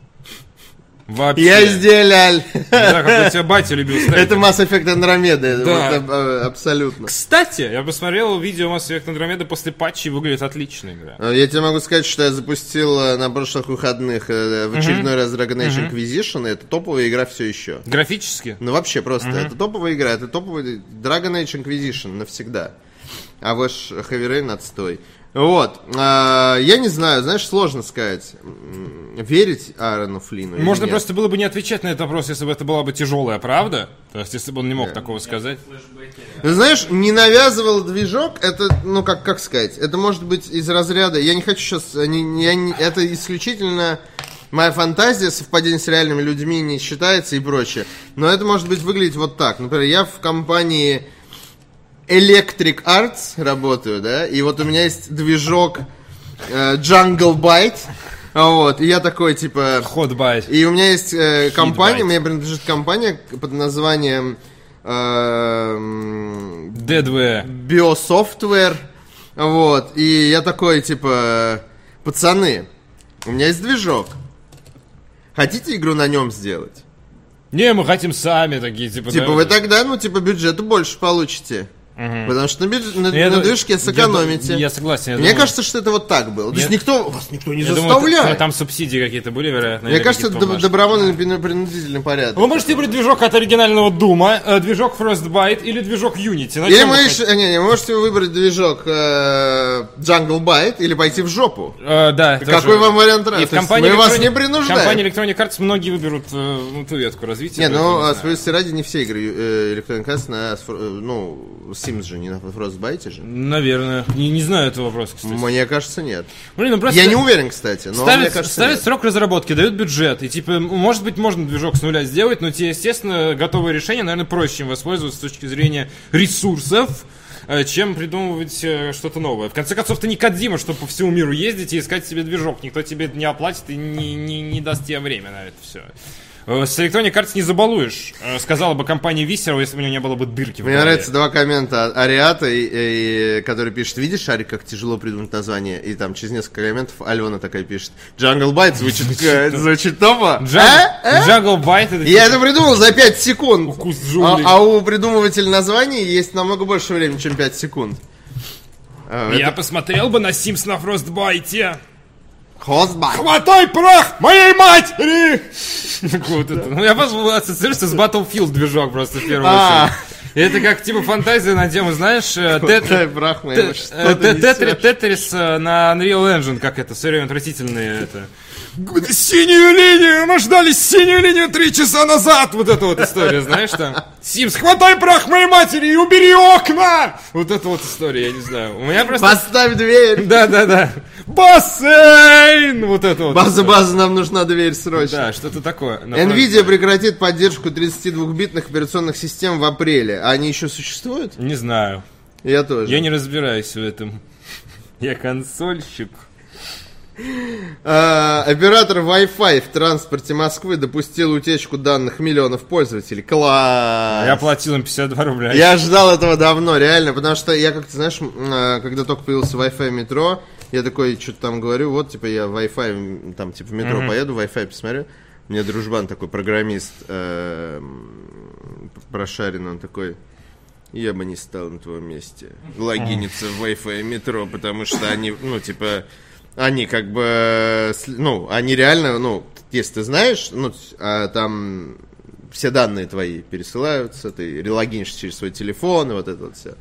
S1: Вообще.
S2: Я сделал.
S1: Да, как у тебя батя любил ставить.
S2: [laughs] Это Mass Effect Andromeda,
S1: Да.
S2: вот, а, а, абсолютно.
S1: Кстати, я посмотрел видео Mass Effect Andromeda после патча, и выглядит отлично игра.
S2: Э, Я тебе могу сказать, что я запустил э, на прошлых выходных э, в очередной раз Dragon Age Inquisition, и это топовая игра все еще.
S1: Графически?
S2: Ну вообще просто, это топовая игра, это топовый Dragon Age Inquisition навсегда. А ваш Heavy Rain отстой. Вот, а, я не знаю, знаешь, сложно сказать, м, верить Аарону Флину или
S1: Можно
S2: нет.
S1: просто было бы не отвечать на этот вопрос, если бы это была бы тяжелая правда. То есть, если бы он не
S2: Э,
S1: мог такого сказать.
S3: Флэшбэки.
S2: Ну, Знаешь, не навязывал движок, это, ну как, как сказать, это может быть из разряда, я не хочу сейчас, это исключительно моя фантазия, совпадение с реальными людьми не считается и прочее, но это может быть выглядеть вот так, например, я в компании Electric Arts работаю, да, и вот у меня есть движок э, Jungle Byte, вот, и я такой, типа,
S1: Ход байт.
S2: и у меня есть э, компания,
S1: Byte.
S2: мне принадлежит компания под названием эм,
S1: ДДВ.
S2: биософтвер. Вот. И я такой, типа, пацаны, у меня есть движок. Хотите игру на нем сделать?
S1: Не, мы хотим сами такие, типа...
S2: Типа,
S1: да.
S2: вы тогда, ну, типа, бюджета больше получите. Потому что на, бюдж- на-
S1: Ну, Я
S2: на
S1: ду-
S2: движке
S1: я ду-
S2: сэкономите.
S1: Я, согласен. я
S2: Мне
S1: думаю-
S2: кажется, что это вот так было. То есть
S1: Нет.
S2: никто, вас никто не
S1: я думаю,
S2: заставляет.
S1: т- Там субсидии какие-то были, вероятно.
S2: Мне
S1: или
S2: кажется, это
S1: какие-то
S2: доб-
S1: поблажки.
S2: добровольный пин- принудительный порядок.
S1: Вы можете выбрать движок от оригинального Дума, э, движок Frostbite или движок Unity. На
S2: Или
S1: чем
S2: мы
S1: вы
S2: еще... Не, не, вы можете выбрать движок э, Jungle Byte или пойти в жопу.
S1: хотите? Э, да,
S2: Какой
S1: тоже.
S2: вам вариант нравится?
S1: И в
S2: То есть
S1: компании
S2: Мы вас
S1: Electronic-
S2: не принуждаем.
S1: компании Electronic Arts многие выберут э, ну, ту ветку развития.
S2: Не,
S1: поэтому
S2: ну,
S1: не
S2: а,
S1: знаю.
S2: справедливости ради, не все игры э, Electronic Arts на, сф- э, ну, Sims же, не на Frostbite же.
S1: Наверное. Не, не знаю этого вопроса, кстати.
S2: Мне кажется, нет.
S1: Блин, ну просто...
S2: Я не уверен, кстати, но мне
S1: Ставят,
S2: кажется,
S1: ставят
S2: нет.
S1: срок разработки, дают бюджет, и типа, м, может быть, можно движок с нуля сделать, но тебе, естественно, готовое решение, наверное, проще им воспользоваться с точки зрения ресурсов, э, э, чем придумывать э, что-то новое. В конце концов, ты не Кадзима, чтобы по всему миру ездить и искать себе движок. Никто тебе это не оплатит и не, не, не даст тебе время на это все. Э, С Electronic Arts не забалуешь, э, сказала бы компания Висера, если бы у нее не было бы дырки в
S2: Мне
S1: голове.
S2: нравятся два коммента от Ариата, и- и- который пишет, видишь, Арик, как тяжело придумать название. И там через несколько комментов Алена такая пишет, Джангл Байт звучит, э, звучит топо. А? А?
S1: Джагл Байт это
S2: Я это придумал за 5 секунд.
S1: Укус
S2: А,
S1: джунглей.
S2: а у придумывателя названий есть намного больше времени, чем 5 секунд. А,
S1: типа, Я посмотрел бы на Sims на Фростбайте.
S2: Хозбайт.
S1: Хватай прах моей матери! Так [laughs] вот это. Ну, я вас ассоциируется с Battlefield движок просто в первую
S2: А.
S1: очередь. Это как типа фантазия на тему, знаешь, э,
S2: Дай [laughs]
S1: Тет-
S2: брах, моя,
S1: Те-
S2: вот что
S1: э, Те-
S2: ты
S1: Тетри-
S2: несёшь.
S1: Тетрис э, на Unreal Engine, как это, все время отвратительные это. Г- Синюю линию! Мы ждали синюю линию три часа назад! Вот эта вот история, знаешь там? Симс, хватай прах моей матери и убери окна! Вот эта вот история, я не знаю. У меня просто...
S2: Поставь дверь.
S1: Да, да, да. Бассейн! Вот это вот.
S2: База, база, нам нужна дверь срочно.
S1: Да, что-то такое.
S2: Nvidia прекратит поддержку 32-битных операционных систем в апреле. А они еще существуют?
S1: Не знаю.
S2: Я тоже.
S1: Я не разбираюсь в этом. [laughs] Я консольщик.
S2: А, оператор Wi-Fi в транспорте Москвы допустил утечку данных миллионов пользователей. Класс!
S1: Я платил им 52 рубля.
S2: Я ждал этого давно, реально, потому что я как-то, знаешь, м, э, когда только появился Wi-Fi в метро, я такой что-то там говорю, вот, типа, я Wi-Fi, м, там, типа, в метро поеду, Wi-Fi посмотрю. Мне дружбан такой, программист э, м, прошарен, он такой, я бы не стал на твоем месте логиниться в Wi-Fi метро, потому что они, ну, типа, они как бы, э, сли- ну, они реально, ну, если ты знаешь, ну, т- а там все данные твои пересылаются, ты релогинишься через свой телефон и вот это вот все.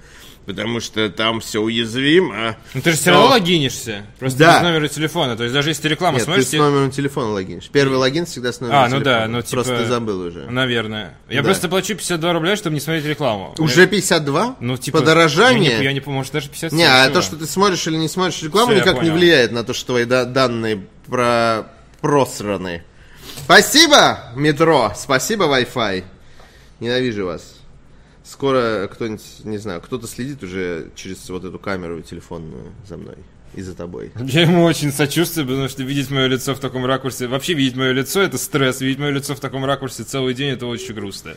S2: Потому что там все уязвимо. А,
S1: Ну ты же все равно
S2: Но-
S1: логинишься. Просто
S2: Да.
S1: без номера телефона. То есть даже если ты рекламу
S2: Нет,
S1: смотришь,
S2: ты с
S1: тебе-
S2: номером телефона логинишь. Первый логин всегда с номером
S1: А, ну да,
S2: телефона.
S1: ну, типа-
S2: Просто ты забыл уже.
S1: наверное. Я
S2: Да.
S1: просто плачу 52 рубля, чтобы не смотреть рекламу.
S2: Уже 52?
S1: Ну, типа,
S2: Подорожание?
S1: Я не, я не поможет даже 57.
S2: Не, а
S1: всего.
S2: то, что ты смотришь или не смотришь рекламу,
S1: Всё, я
S2: никак не
S1: понял.
S2: влияет на то, что твои да- данные про... просраны. Спасибо, метро! Спасибо, Wi-Fi! Ненавижу вас. Скоро кто-нибудь, не знаю, кто-то следит уже через вот эту камеру телефонную за мной и за тобой.
S1: Я ему очень сочувствую, потому что видеть мое лицо в таком ракурсе... Вообще видеть мое лицо — это стресс. Видеть мое лицо в таком ракурсе целый день — это очень грустно.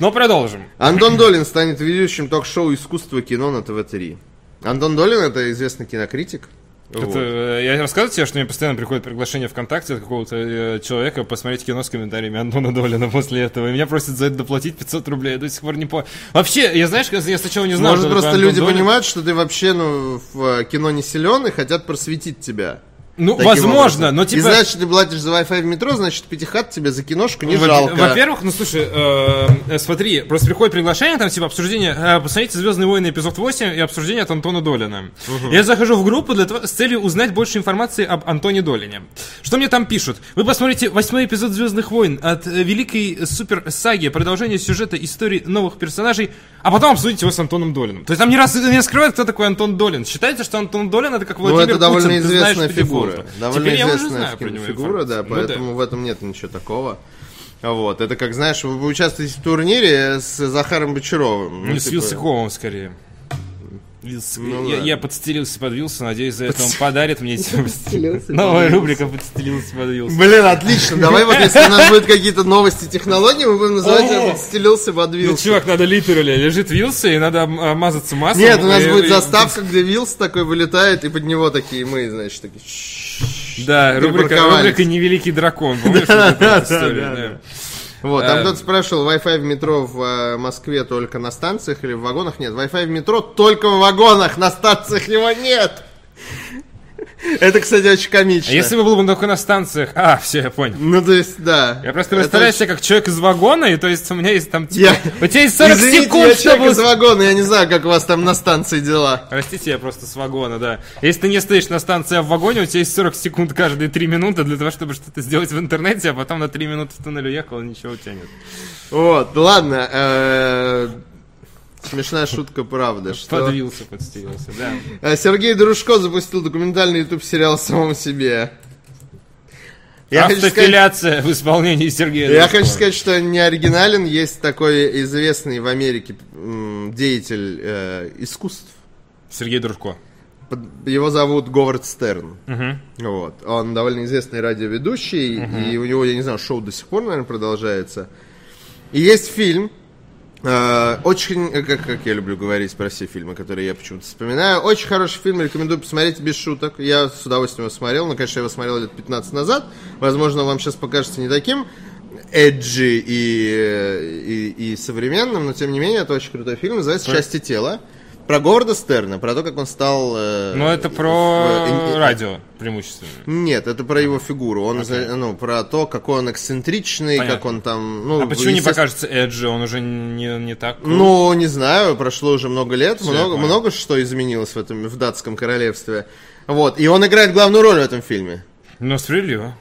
S1: Но продолжим.
S2: Антон Долин станет ведущим ток-шоу «Искусство кино» на ТВ-3. Антон Долин — это известный кинокритик.
S1: Это,
S2: Вот.
S1: э, я рассказывал тебе, что мне постоянно приходит приглашение ВКонтакте от какого-то э, человека посмотреть кино с комментариями Антона Долина после этого. И меня просят за это доплатить 500 рублей. Я до сих пор не по... Вообще, я знаешь, я сначала не знал,
S2: Может,
S1: что такое
S2: просто
S1: Антон
S2: люди
S1: Долин.
S2: понимают, что ты вообще ну, в э, кино не силен и хотят просветить тебя.
S1: Ну,
S2: Таким
S1: возможно,
S2: образом.
S1: но
S2: И
S1: типа...
S2: значит, ты платишь за Wi-Fi в метро, значит, пятихат тебе за киношку не
S1: Во-
S2: жалко.
S1: Во-первых, ну слушай, э, э, смотри, просто приходит приглашение, там типа обсуждение, э, посмотрите «Звездные войны» эпизод 8 и обсуждение от Антона Долина. Я захожу в группу для того, с целью узнать больше информации об Антоне Долине. Что мне там пишут? Вы посмотрите восьмой эпизод «Звездных войн» от э, великой супер-саги, продолжение сюжета истории новых персонажей, а потом обсудите его с Антоном Долиным. То есть там не раз не раскрывают, кто такой Антон Долин. Считается, что Антон Долин это как
S2: Ну,
S1: Владимир
S2: это довольно
S1: Путин, ты знаешь
S2: известная
S1: Петербурга.
S2: фигура. Довольно
S1: Теперь я уже
S2: известная
S1: знаю про
S2: фи-
S1: него
S2: фигура, да,
S1: информацию. Ну
S2: поэтому в этом нет ничего такого. А Вот, это как, знаешь, вы вы участвуете в турнире с Захаром Бочаровым.
S1: Ну, с
S2: типа,
S1: Вилсаковым скорее. Вилс-
S2: Ну,
S1: я,
S2: да.
S1: я подстелился под Вилса, надеюсь, за это он подарит мне эти- новая рубрика «Подстелился под Вилса».
S2: Блин, отлично, давай вот если у
S1: [laughs]
S2: нас будут какие-то новости технологий, мы будем называть
S1: О!
S2: это «Стелился в
S1: Ну, чувак, надо литерали. Лежит Вилса, и надо м- а, мазаться маслом.
S2: Нет, у нас
S1: и-
S2: будет
S1: и-
S2: заставка, где Вилс такой вылетает, и под него такие мы, значит, такие... «Щ-щ-щ».
S1: Да, рубрика,
S2: Припарковались.
S1: рубрика «Невеликий дракон». Помнишь вот эту вот историю?
S2: Вот, там
S1: Эм.
S2: кто-то спрашивал, Wi-Fi в метро в э, Москве только на станциях или в вагонах? Нет, Wi-Fi в метро только в вагонах, на станциях его нет. Это, кстати, очень
S1: да. А
S2: комично.
S1: если бы был бы только на станциях... А, все, я понял.
S2: Ну, то есть, да.
S1: Я просто
S2: Это
S1: представляю
S2: очень-
S1: себя как человек из вагона, и то есть у меня есть там... типа,
S2: Я-
S1: У тебя есть 40
S2: Извините,
S1: секунд,
S2: я человек
S1: чтобы
S2: из вагона, я не знаю, как у вас там на станции дела.
S1: Простите, я просто с вагона, да. Если ты не стоишь на станции, а в вагоне, у тебя есть 40 секунд каждые 3 минуты для того, чтобы что-то сделать в интернете, а потом на 3 минуты в туннель уехал, и ничего у тебя нет.
S2: Вот, ладно. э, Смешная шутка, правда. Что...
S1: Подвился, подстелился, да.
S2: Э, Сергей Дружко запустил документальный YouTube сериал о самом себе. Я хочу сказать,
S1: Автофиляция в исполнении Сергея.
S2: я
S1: Дурслова.
S2: хочу сказать, что не оригинален. Есть такой известный в Америке м, деятель э, искусств.
S1: Сергей Дружко.
S2: Под- Его зовут Говард Стерн. Вот. Он довольно известный радиоведущий, и у него, я не знаю, шоу до сих пор, наверное, продолжается. И есть фильм, э, очень, э, как, как я люблю говорить про все фильмы, которые я почему-то вспоминаю, очень хороший фильм, рекомендую посмотреть без шуток. Я с удовольствием его смотрел, но, конечно, я его смотрел лет 15 назад. Возможно, он вам сейчас покажется не таким эджи и, э, и, и современным, но, тем не менее, это очень крутой фильм, называется «Части тела». Про Говарда Стерна, про то, как он стал... э,
S1: Ну, это
S2: в- э,
S1: про
S2: э,
S1: радио преимущественно.
S2: нет, это про его фигуру. Он, за- ну, про то, какой он эксцентричный,
S1: Понятно.
S2: как он там... Ну,
S1: А почему не
S2: естественно-
S1: покажется Эджи? Он уже не, не так крут.
S2: Ну, не знаю, прошло уже много лет,
S1: я
S2: много,
S1: понял.
S2: много что изменилось в этом, в датском королевстве. Вот, и он играет главную роль в этом фильме.
S1: Но справедливо.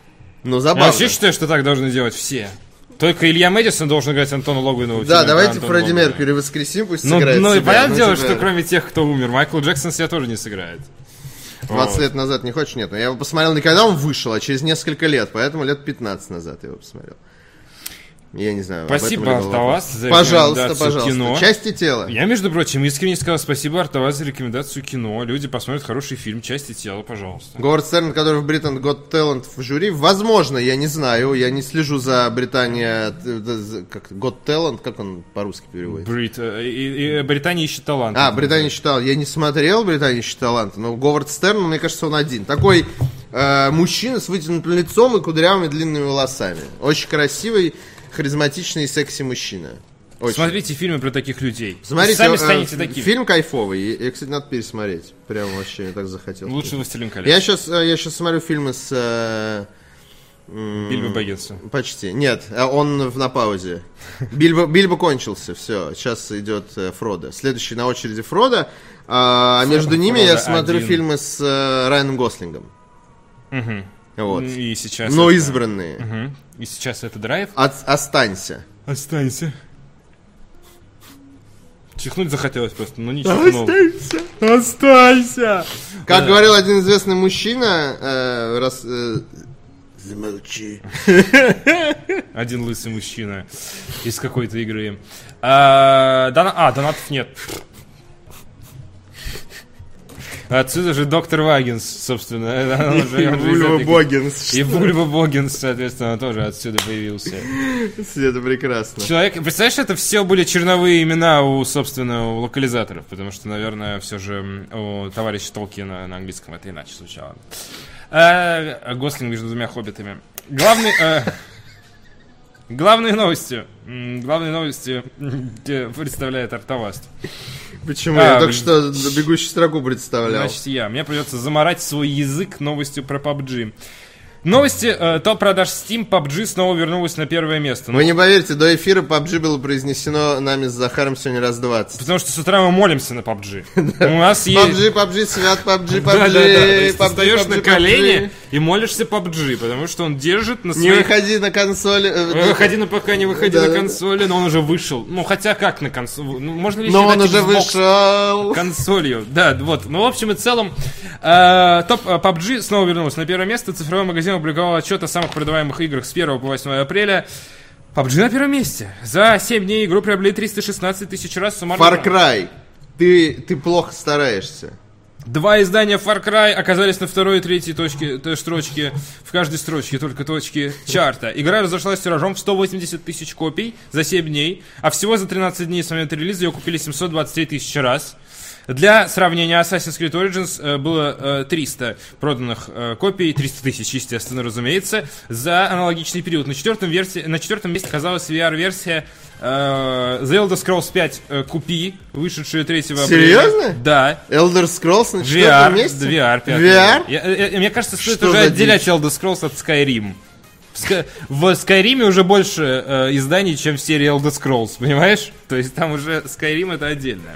S2: Ну,
S1: Я
S2: забавно.
S1: А вообще считаю, что так должны делать все. Только Илья Мэдисон должен играть Антона Логвинова. в
S2: Да,
S1: фильме про
S2: давайте
S1: Антона
S2: Фредди
S1: Логвинова.
S2: Меркьюри воскресим, пусть
S1: Ну,
S2: сыграет
S1: ну и
S2: себя.
S1: понятное
S2: Ну,
S1: дело,
S2: типа,
S1: что кроме тех, кто умер, Майкл Джексон себя тоже не сыграет.
S2: 20
S1: Вот.
S2: лет назад не хочешь? Нет, но я его посмотрел не когда он вышел, а через несколько лет, поэтому лет 15 назад я его посмотрел. Я не знаю. об этом ли
S1: Спасибо,
S2: был вопрос.
S1: Артавас, за
S2: Пожалуйста,
S1: рекомендацию
S2: пожалуйста.
S1: кино.
S2: Части тела.
S1: Я, между прочим, искренне сказал спасибо Артавас за рекомендацию кино. Люди посмотрят хороший фильм «Части тела», пожалуйста.
S2: Говард Стерн, который в Britain Got Talent в жюри, возможно, я не знаю, я не слежу за Британия, т- т- за- как Got Talent, как он по-русски переводится?
S1: Брит, э, и- и- Британия ищет талант.
S2: А, Британия считал, я не смотрел Британия таланта, но Говард Стерн, мне кажется, он один. Такой э, мужчина с вытянутым лицом и кудрявыми длинными волосами. Очень красивый, харизматичный и секси мужчина. Очень.
S1: Смотрите фильмы про таких людей.
S2: Смотрите,
S1: Вы сами
S2: э,
S1: станете
S2: э,
S1: такими.
S2: фильм кайфовый, я, кстати, надо пересмотреть, прям вообще, я так захотел.
S1: Лучше «Властелин колец».
S2: Я сейчас, я сейчас смотрю фильмы с... э, м,
S1: Бильбо Бэггинса.
S2: Почти. Нет, э, он в- на паузе. Бильбо, Бильбо кончился, все. Сейчас идет э, Фродо. Следующий на очереди Фродо. А, а между ними я
S1: Фродо
S2: смотрю
S1: один.
S2: фильмы с э, Райаном Гослингом. Вот. Ну,
S1: И сейчас...
S2: Но
S1: это-
S2: избранные.
S1: Мгм. И сейчас это драйв.
S2: От- останься.
S1: Останься. Чихнуть захотелось просто, но не чихнул. Останься!
S2: Как говорил один известный мужчина, э, раз, э, замолчи.
S1: Один лысый мужчина из какой-то игры. А, дона- а, донатов нет. Отсюда же доктор Вагинс, собственно. [laughs] Он же- он же из
S2: Вульва
S1: этой-
S2: Богинс.
S1: И Вульва Богинс, соответственно, тоже отсюда появился.
S2: Это прекрасно.
S1: Человек, представляешь, это все были черновые имена у, собственно, у локализаторов, потому что, наверное, все же м, у товарища Толкина на английском это иначе звучало. Э, Гослинг между двумя хоббитами. Главный... э, Главные новости. М, Главные новости м, те представляет Артоваст.
S2: Почему? Я
S1: А,
S2: только что бегущую строку представлял.
S1: Значит, я. Мне придется заморать свой язык новостью про PUBG. Новости. э, Топ продаж Steam PUBG снова вернулась на первое место. Ну,
S2: Вы не поверите, до эфира PUBG было произнесено нами с Захаром сегодня раз 20.
S1: Потому что с утра мы молимся на PUBG. У нас есть...
S2: PUBG, PUBG, свят, PUBG, PUBG,
S1: Да, да, да. То есть
S2: PUBG,
S1: Ты встаешь на
S2: PUBG.
S1: колени и молишься PUBG, потому что он держит на
S2: Не
S1: своих...
S2: выходи на консоли.
S1: Э,
S2: э,
S1: Выходи на ПК, не выходи
S2: Да,
S1: на
S2: да, да.
S1: консоли, но он уже вышел. Ну, хотя как на консоли? Ну, можно ли
S2: Но
S1: считать
S2: он уже
S1: Xbox
S2: вышел.
S1: консолью. Да, вот. Ну, в общем и целом, э, топ э, PUBG снова вернулась на первое место. Цифровой магазин опубликовал отчет о самых продаваемых играх с 1 по 8 апреля. PUBG на первом месте. За 7 дней игру приобрели 316 тысяч раз суммарно.
S2: Far Cry. Ты, ты плохо стараешься.
S1: Два издания Far Cry оказались на второй и третьей точке, т- строчке. В каждой строчке только точки чарта. Игра разошлась тиражом в 180 тысяч копий за 7 дней, а всего за 13 дней с момента релиза ее купили 723 тысячи раз. Для сравнения, Assassin's Creed Origins э, было э, 300 проданных э, копий, 300 тысяч, естественно, разумеется, за аналогичный период. На четвертом, версии, на четвертом месте оказалась VR-версия э, The Elder Scrolls 5 э, купи, вышедшая 3 апреля.
S2: Серьезно?
S1: Да.
S2: Elder Scrolls на четвертом
S1: VR,
S2: месте?
S1: VR, пятый.
S2: VR?
S1: Я- я- я- мне кажется, стоит
S2: Что
S1: уже
S2: за
S1: отделять Elder Scrolls от Skyrim. В, Ска- в Skyrim уже больше э, изданий, чем в серии Elder Scrolls, понимаешь? То есть там уже Skyrim это отдельно.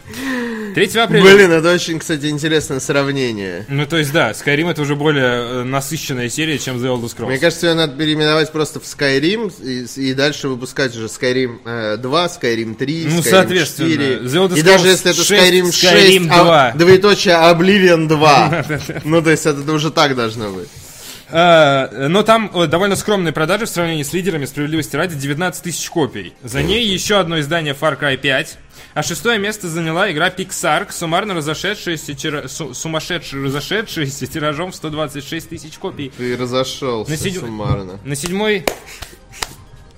S1: 3 апреля.
S2: Блин, это очень, кстати, интересное сравнение.
S1: Ну, то есть, да, Skyrim это уже более э, насыщенная серия, чем The Elder Scrolls.
S2: Мне кажется, ее надо переименовать просто в Skyrim и, и дальше выпускать уже Skyrim э, 2, Skyrim 3,
S1: Ну,
S2: Skyrim
S1: соответственно,
S2: 4.
S1: The Elder
S2: и даже
S1: Scrolls
S2: если это
S1: 6,
S2: Skyrim 6,
S1: Skyrim 2.
S2: а,
S1: [laughs]
S2: двоеточие Oblivion 2. Ну, то есть это уже так должно быть.
S1: Э, Но там э, довольно скромные продажи в сравнении с лидерами справедливости ради 19 тысяч копий. За ней еще одно издание Far Cry 5. А шестое место заняла игра Pixar, суммарно разошедшаяся, тира- су- сумасшедшая- разошедшаяся тиражом в 126 тысяч копий.
S2: Ты разошелся
S1: На седьм-
S2: суммарно.
S1: На седьмой...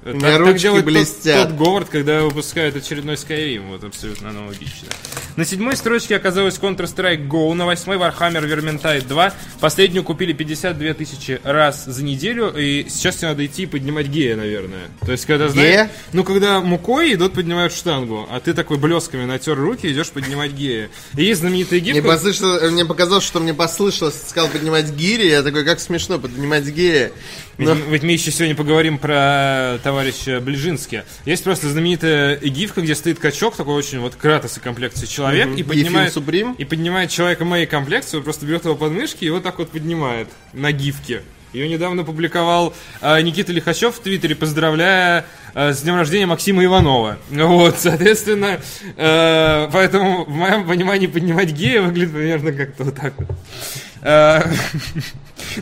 S1: У
S2: меня ручки блестят.
S1: Тот, Говард, когда выпускают очередной Skyrim, вот абсолютно аналогично. На седьмой строчке оказалась Counter-Strike Go, на восьмой Warhammer Vermintide 2. Последнюю купили 52 тысячи раз за неделю, и сейчас тебе надо идти и поднимать гея, наверное. То есть, когда, знаешь,
S2: Гея?
S1: ну, когда мукой идут, поднимают штангу, а ты такой блесками натер руки, идешь поднимать гея. И есть знаменитая
S2: Мне,
S1: гифка...
S2: послышало- мне показалось, что мне послышалось, ты сказал поднимать гири, я такой, как смешно поднимать гири.
S1: Ведь,
S2: Но-
S1: ведь мы еще сегодня поговорим про товарища Ближинския. Есть просто знаменитая гифка, где стоит качок, такой очень вот кратосы комплекции человек, и,
S2: И
S1: поднимает,
S2: Фильм Суприм?
S1: и поднимает человека моей комплекции, просто берет его под мышки и вот так вот поднимает на гифке. Ее недавно публиковал э, Никита Лихачев в Твиттере, поздравляя э, с днем рождения Максима Иванова. Вот, соответственно, э, поэтому в моем понимании поднимать гея выглядит примерно как-то вот так вот. Э, [laughs]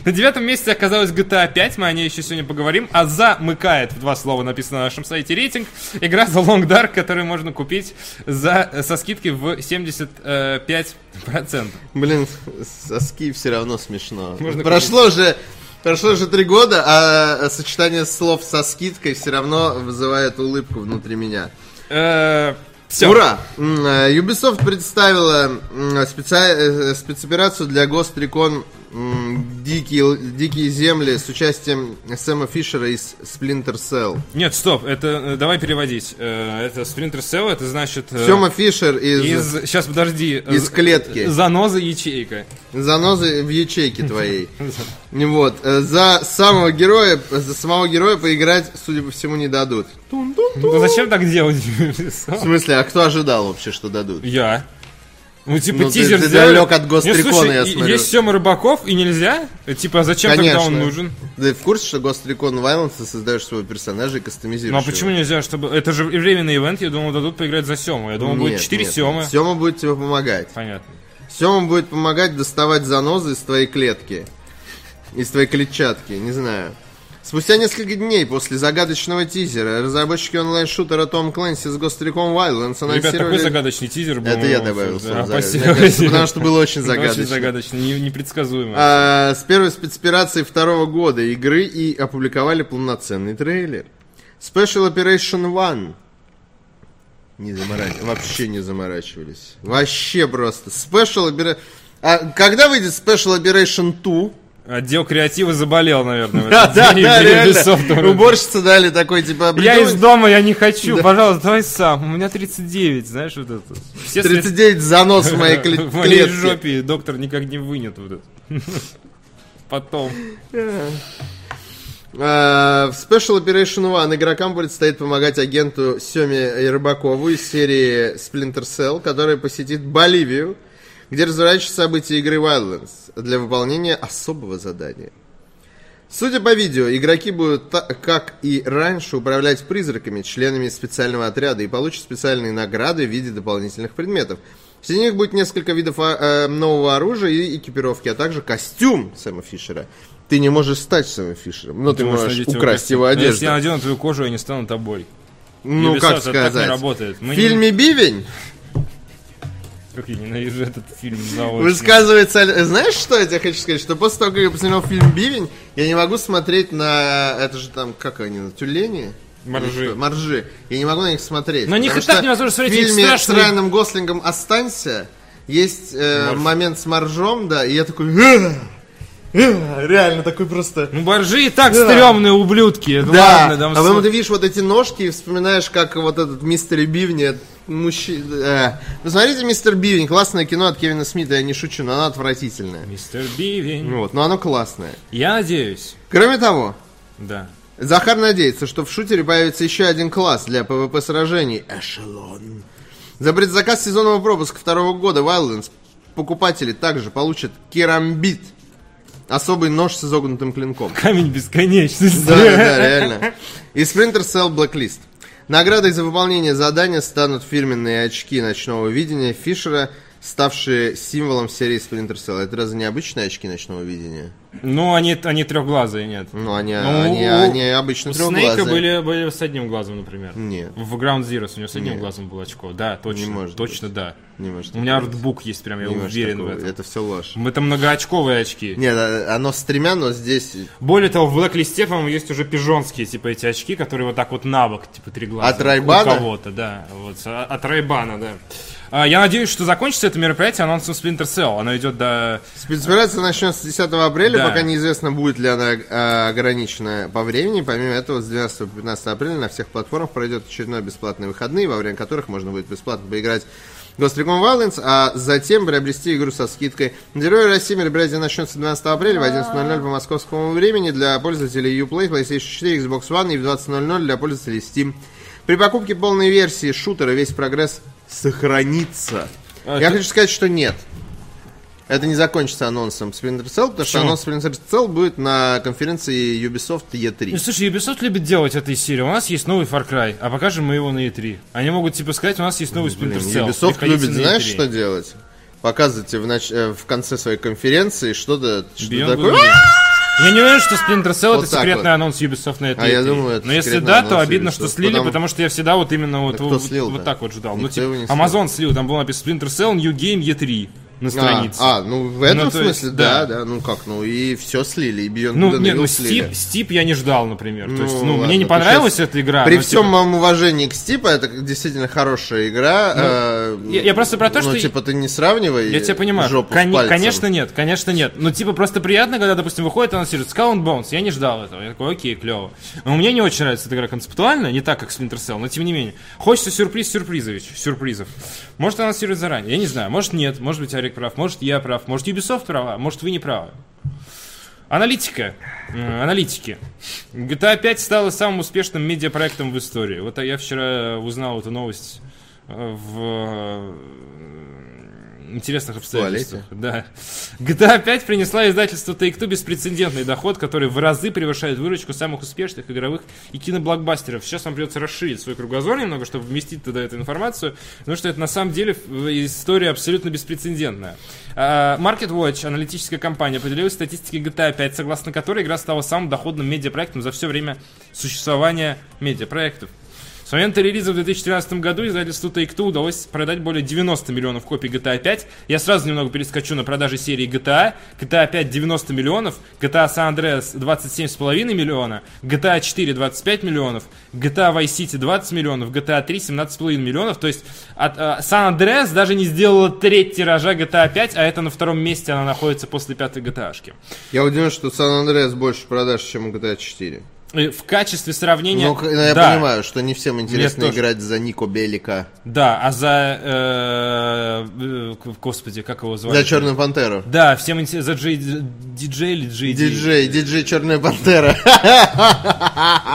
S1: На девятом месте оказалась GTA 5, мы о ней еще сегодня поговорим. А замыкает, в два слова написано на нашем сайте, рейтинг. Игра за Long Dark, которую можно купить за, со скидкой в э, 75%.
S2: Блин, соски все равно смешно.
S1: Можно
S2: прошло же прошло же три года, а сочетание слов со скидкой все равно вызывает улыбку внутри меня.
S1: Э, всё.
S2: Ура! М, э, Ubisoft представила м, спеца- э, спецоперацию для Ghost Recon м, «Дикие, л- «Дикие земли» с участием Сэма Фишера из Splinter Cell.
S1: Нет, стоп, это э, давай переводить. Э, Это Splinter Cell, это значит... э,
S2: Сема Фишер из,
S1: из... Сейчас, подожди. э,
S2: из клетки.
S1: Заноза ячейка.
S2: Занозы
S1: [laughs]
S2: в ячейке твоей. Вот. э, За самого героя, за самого героя поиграть, судя по всему, не дадут. Тун-тун.
S1: Ну, зачем так делать? [laughs]
S2: В смысле, а кто ожидал вообще, что дадут?
S1: Я. Ну, типа,
S2: Ну, ты-
S1: тизер
S2: ты
S1: сделали.
S2: далек от Гострикона,
S1: Не, слушай,
S2: я
S1: и-
S2: смотрю.
S1: Есть Сема Рыбаков, и нельзя? Э, Типа, а зачем
S2: Конечно.
S1: тогда он нужен?
S2: Ты в курсе, что Ghost Recon Wildlands ты создаешь своего персонажа и кастомизируешь
S1: Ну, а почему нельзя, чтобы... Это же временный ивент, я думал, дадут поиграть за Сему. Я думал, будет 4 Семы.
S2: Сема будет тебе помогать.
S1: Понятно.
S2: Сема будет помогать доставать занозы из твоей клетки. Из твоей клетчатки, не знаю. Спустя несколько дней после загадочного тизера разработчики онлайн-шутера Том Клэнси с Ghost Recon Wildlands
S1: Ребят,
S2: анонсировали...
S1: такой загадочный тизер был.
S2: Это я
S1: ну,
S2: добавил
S1: да,
S2: слово «загадочный».
S1: спасибо. [laughs]
S2: Мне кажется, А, Потому что было очень
S1: Очень
S2: загадочно.
S1: загадочно, не- непредсказуемо.
S2: А, С первой спецоперации второго года игры и опубликовали полноценный трейлер. Special Operation One. Не заморачивались. Вообще не заморачивались. Вообще просто. Special Operation... А когда выйдет Special Operation 2?
S1: Отдел креатива заболел, наверное. в этот
S2: [laughs] Да, да,
S1: день,
S2: да,
S1: и Ubisoft
S2: реально.
S1: вроде.
S2: Уборщица дали такой, типа,
S1: Я из
S2: придумай
S1: дома, я не хочу, пожалуйста, давай сам. У меня 39, знаешь, вот это. Все средства-
S2: 39 занос [laughs] в моей кле-
S1: В моей
S2: клетке.
S1: жопе доктор никак не вынет вот это. [laughs] Потом.
S2: А, В Special Operation One игрокам предстоит помогать агенту Семе Рыбакову из серии Splinter Cell, который посетит Боливию, где разворачиваются события игры Wildlands для выполнения особого задания. Судя по видео, игроки будут, та- как и раньше, управлять призраками, членами специального отряда и получат специальные награды в виде дополнительных предметов. Среди них будет несколько видов а, э, нового оружия и экипировки, а также костюм Сэма Фишера. Ты не можешь стать Сэмом Фишером, но ты, можешь,
S1: надеть
S2: украсть
S1: костюм.
S2: его
S1: Но
S2: одежду.
S1: Если я надену твою кожу, я не стану тобой.
S2: Ну,
S1: Ubisoft
S2: как
S1: это так не
S2: сказать.
S1: работает. Мы не-
S2: В фильме «Бивень»
S1: Как я ненавижу этот фильм заочно.
S2: высказывается... э, Знаешь, что я тебе хочу сказать? Что после того, как я посмотрел фильм «Бивень», я не могу смотреть на... э, Это же там, как они, на тюлени?
S1: Моржи.
S2: Или что? Моржи. Я не могу на них смотреть.
S1: На них
S2: потому
S1: и так
S2: что
S1: невозможно смотреть,
S2: В
S1: их
S2: фильме с
S1: страшные.
S2: Райаном Гослингом «Останься» есть э,
S1: Морж.
S2: момент с моржом, да, и я такой... «Эх, эх», Реально такой просто...
S1: Ну, боржи и так стрёмные ублюдки. Ну,
S2: Да,
S1: ладно, там
S2: а потом
S1: см-
S2: ты видишь вот эти ножки и вспоминаешь, как вот этот мистер Бивни, мужчина... э. Посмотрите «Мистер Бивень», классное кино от Кевина Смита, я не шучу, но оно отвратительное.
S1: Мистер Бивень.
S2: Вот, но оно классное.
S1: Я надеюсь.
S2: Кроме того,
S1: Да.
S2: Захар надеется, что в шутере появится еще один класс для ПВП-сражений. Эшелон. За предзаказ сезонного пропуска второго года Wildlands покупатели также получат керамбит. Особый нож с изогнутым клинком.
S1: Камень бесконечности.
S2: Да, да, да, реально. И Splinter Cell Blacklist. Наградой за выполнение задания станут фирменные очки ночного видения Фишера с ставшие символом серии Splinter Cell. Это разве не обычные очки ночного видения?
S1: Ну, они, они трехглазые, нет.
S2: Ну, они,
S1: Ну,
S2: они,
S1: у-
S2: они обычно
S1: У Снейка
S2: трехглазые.
S1: были, были с одним глазом, например.
S2: Нет,
S1: В Ground Zeroes у него с одним
S2: Нет.
S1: глазом было очко. Да, точно.
S2: Не может
S1: точно, да.
S2: не может.
S1: У меня
S2: такого быть.
S1: артбук есть, прям я
S2: Не может
S1: уверен
S2: такого
S1: в
S2: быть.
S1: этом.
S2: Это все ложь.
S1: Это многоочковые очки.
S2: Нет, а- оно с тремя, но здесь...
S1: Более того, в Блэклисте, по-моему, есть уже пижонские, типа, эти очки, которые вот так вот на бок, типа, три глаза.
S2: От Райбана?
S1: У кого-то, да. Вот, а- от Райбана, да. А, я надеюсь, что закончится это мероприятие анонсом Splinter Cell. Оно идет до...
S2: Спецоперация начнется 10 апреля,
S1: Да.
S2: пока неизвестно, будет ли она э, ограничена по времени. Помимо этого, с 12 по 15 апреля на всех платформах пройдет очередной бесплатный выходные, во время которых можно будет бесплатно поиграть в Ghost Recon Wildlands, а затем приобрести игру со скидкой. На территории России мероприятие начнется 12 апреля в 11.00 по московскому времени для пользователей Uplay, PlayStation 4, Xbox One и в 20.00 для пользователей Steam. При покупке полной версии шутера весь прогресс сохранится.
S1: А,
S2: Я
S1: ты-
S2: хочу сказать, что нет. Это не закончится анонсом Splinter Cell, потому что
S1: Почему?
S2: анонс Splinter Cell будет на конференции Ubisoft E
S1: Ну,
S2: E3.
S1: слушай, Ubisoft любит делать этой серии. У нас есть новый Far Cry, а покажем мы его на E3. Они могут, типа, сказать, у нас есть новый Splinter
S2: Блин,
S1: Cell.
S2: Ubisoft
S1: Приходите
S2: любит,
S1: на E
S2: знаешь,
S1: E3.
S2: что делать? Показывайте в, нач- э, в конце своей конференции что-то что
S1: Beyond
S2: такое.
S1: Good and Evil. Я не уверен, что Splinter Cell
S2: Вот
S1: это
S2: так
S1: секретный
S2: вот.
S1: анонс Ubisoft на это.
S2: А я думаю, это
S1: Но если
S2: секретный
S1: да, то
S2: анонс
S1: обидно, что
S2: Ubisoft,
S1: слили, потому...
S2: потому-
S1: что я всегда вот именно вот,
S2: Так
S1: вот,
S2: кто
S1: вот-
S2: слил-то?
S1: вот так вот ждал. ну,
S2: Никто
S1: типа,
S2: его не слил.
S1: Amazon слил, там было написано Splinter Cell New Game E3 на
S2: А,
S1: странице.
S2: а, ну в этом
S1: Ну, то есть,
S2: смысле, да,
S1: да.
S2: да, ну как, ну и все слили, и Beyond
S1: Ну,
S2: Good and
S1: нет,
S2: Evil
S1: ну
S2: слили.
S1: Стип, Стип я не ждал, например. То есть, ну,
S2: Ну, ладно,
S1: мне не
S2: ты
S1: понравилась
S2: щас-
S1: эта игра.
S2: При
S1: но,
S2: всем
S1: типа,
S2: моем уважении к Стипу, это действительно хорошая игра. э,
S1: я- я просто про то,
S2: ну,
S1: что-
S2: типа ты не сравнивай
S1: Я тебя понимаю.
S2: жопу с
S1: Кон-
S2: пальцем.
S1: конечно нет, конечно нет. Но типа просто приятно, когда, допустим, выходит анонсирует Skull and Bones. Я не ждал этого. Я такой, окей, клево. Но мне не очень нравится эта игра концептуально, не так, как Splinter Cell, но тем не менее. Хочется сюрприз сюрпризович, сюрпризов. Может анонсировать заранее, я не знаю. Может нет, может быть Арик прав, может я прав, может Ubisoft права, а может вы не правы. Аналитика. М, Аналитики. GTA 5 стала самым успешным медиапроектом в истории. Вот а я вчера узнал эту новость э, в э, интересных обстоятельствах. Да. GTA 5 принесла издательству Take-Two беспрецедентный доход, который в разы превышает выручку самых успешных игровых и киноблокбастеров. Сейчас вам придется расширить свой кругозор немного, чтобы вместить туда эту информацию, потому что это на самом деле э, история абсолютно беспрецедентная. А, Market Watch, аналитическая компания, поделилась статистикой GTA 5, согласно которой игра стала самым доходным медиапроектом за все время существования медиапроектов. С момента релиза в 2013 году издательству Take-Two удалось продать более 90 миллионов копий GTA 5. Я сразу немного перескочу на продажи серии GTA. GTA 5 90 миллионов, GTA San Andreas 27,5 миллиона, GTA 4 25 миллионов, GTA Vice City 20 миллионов, GTA 3 17,5 миллионов. То есть от, э, San Andreas даже не сделала треть тиража GTA 5, а это на втором месте она находится после пятой GTA-шки.
S2: Я удивлен, что Сан Андреас больше продаж, чем GTA 4.
S1: Э, В качестве сравнения...
S2: Ну, к- я
S1: Да.
S2: понимаю, что не всем интересно
S1: тоже.
S2: играть за Нико Белика.
S1: Да, а за... э, э, к- господи, как его звали?
S2: За Черную Пантеру.
S1: Да, всем интересно, за Джей... Диджей или Джей Ди?
S2: Диджей, диджей
S1: [laughs]
S2: Черная Пантера.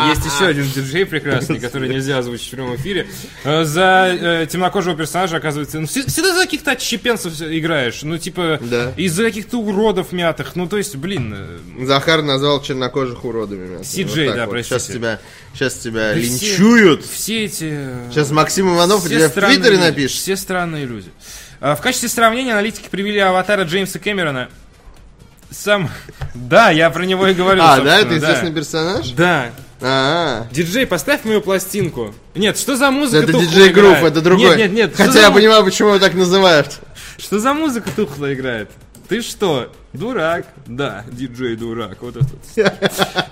S1: Есть еще один диджей прекрасный, который нельзя озвучить в прямом эфире. Э, За э, темнокожего персонажа, оказывается, ну, все- всегда за каких-то отщепенцев играешь. Ну, типа,
S2: Да.
S1: из-за каких-то уродов мятых. Ну, то есть, блин, э,
S2: Захар назвал чернокожих уродами. мелкими.
S1: CJ,
S2: так
S1: да, простите.
S2: Сейчас тебя, сейчас тебя
S1: Да все-
S2: линчуют.
S1: все эти... э,
S2: Сейчас Максим Иванов тебе в
S1: странные
S2: Твиттере
S1: люди,
S2: напишет.
S1: Все странные люди. А, В качестве сравнения аналитики привели аватара Джеймса Кэмерона. Сам... [laughs] Да, я про него и говорю.
S2: [laughs] А, да,
S1: собственно,
S2: это известный персонаж?
S1: Да.
S2: А,
S1: Диджей, поставь мою пластинку. Нет, что за музыка
S2: это
S1: тухлая
S2: диджей Грув,
S1: Ну, играет?
S2: это другой.
S1: Нет, нет, нет. что
S2: Хотя
S1: за
S2: я
S1: му-
S2: понимаю, почему его так называют.
S1: Что за музыка тухлая играет? Ты что, дурак? Да, диджей дурак, вот этот.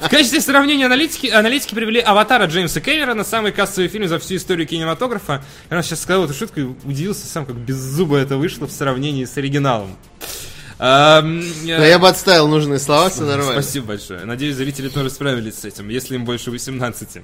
S1: В качестве сравнения аналитики, аналитики привели «Аватара» Джеймса Кэмерона, самый кассовый фильм за всю историю кинематографа. Я вам сейчас сказал эту шутку и удивился сам, как беззубо это вышло в сравнении с оригиналом. Ам, э,
S2: Но я бы отставил нужные слова, все нормально.
S1: Спасибо большое. Надеюсь, зрители тоже справились с этим, если им больше 18.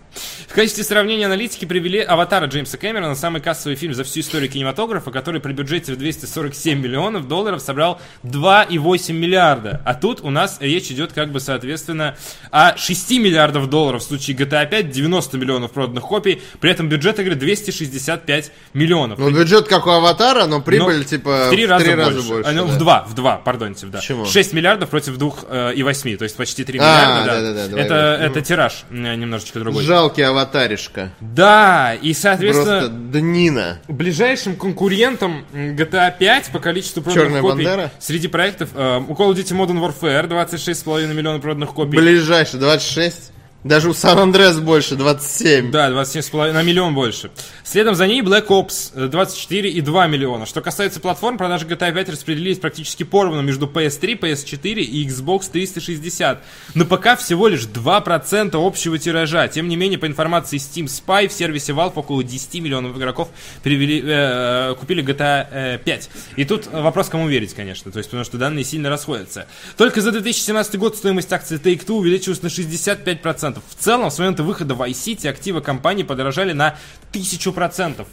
S1: В качестве сравнения аналитики привели «Аватара» Джеймса Кэмерона, самый кассовый фильм за всю историю кинематографа, который при бюджете в 247 миллионов долларов собрал 2,8 миллиарда. А тут у нас речь идет как бы, соответственно, о 6 миллиардов долларов в случае GTA 5, 90 миллионов проданных копий, при этом бюджет игры 265 миллионов.
S2: Ну, бюджет как у Аватара, но прибыль,
S1: Но
S2: типа,
S1: в три раза, больше. А, ну, в два, в два. пардонте, да.
S2: Почему?
S1: 6 миллиардов против 2 э, и 8, то есть почти 3
S2: А,
S1: миллиарда, да.
S2: да-да-да, давай,
S1: это,
S2: давай.
S1: это тираж э, немножечко другой.
S2: Жалкий аватаришка.
S1: Да, и, соответственно,
S2: Просто днина.
S1: ближайшим конкурентом м, GTA 5 по количеству проданных
S2: Чёрная
S1: копий
S2: Бандера?
S1: среди проектов э, у Call of Duty Modern Warfare 26,5 миллиона проданных копий.
S2: Ближайший, 26. Даже у Сан Андрес больше, 27.
S1: Да, 27,5 на миллион больше. Следом за ней Black Ops э, 24,2 миллиона. Что касается платформ, продажи GTA 5 распределились практически поровну между PS3, PS4 и Xbox 360. Но пока всего лишь 2% общего тиража. Тем не менее, по информации Steam Spy, в сервисе Valve около 10 миллионов игроков привели, э, купили GTA э, 5. И тут вопрос, кому верить, конечно. То есть, потому что данные сильно расходятся. Только за 2017 год стоимость акций Take-Two увеличилась на 65%. В целом, с момента выхода в iCity активы компании подорожали на 1000%.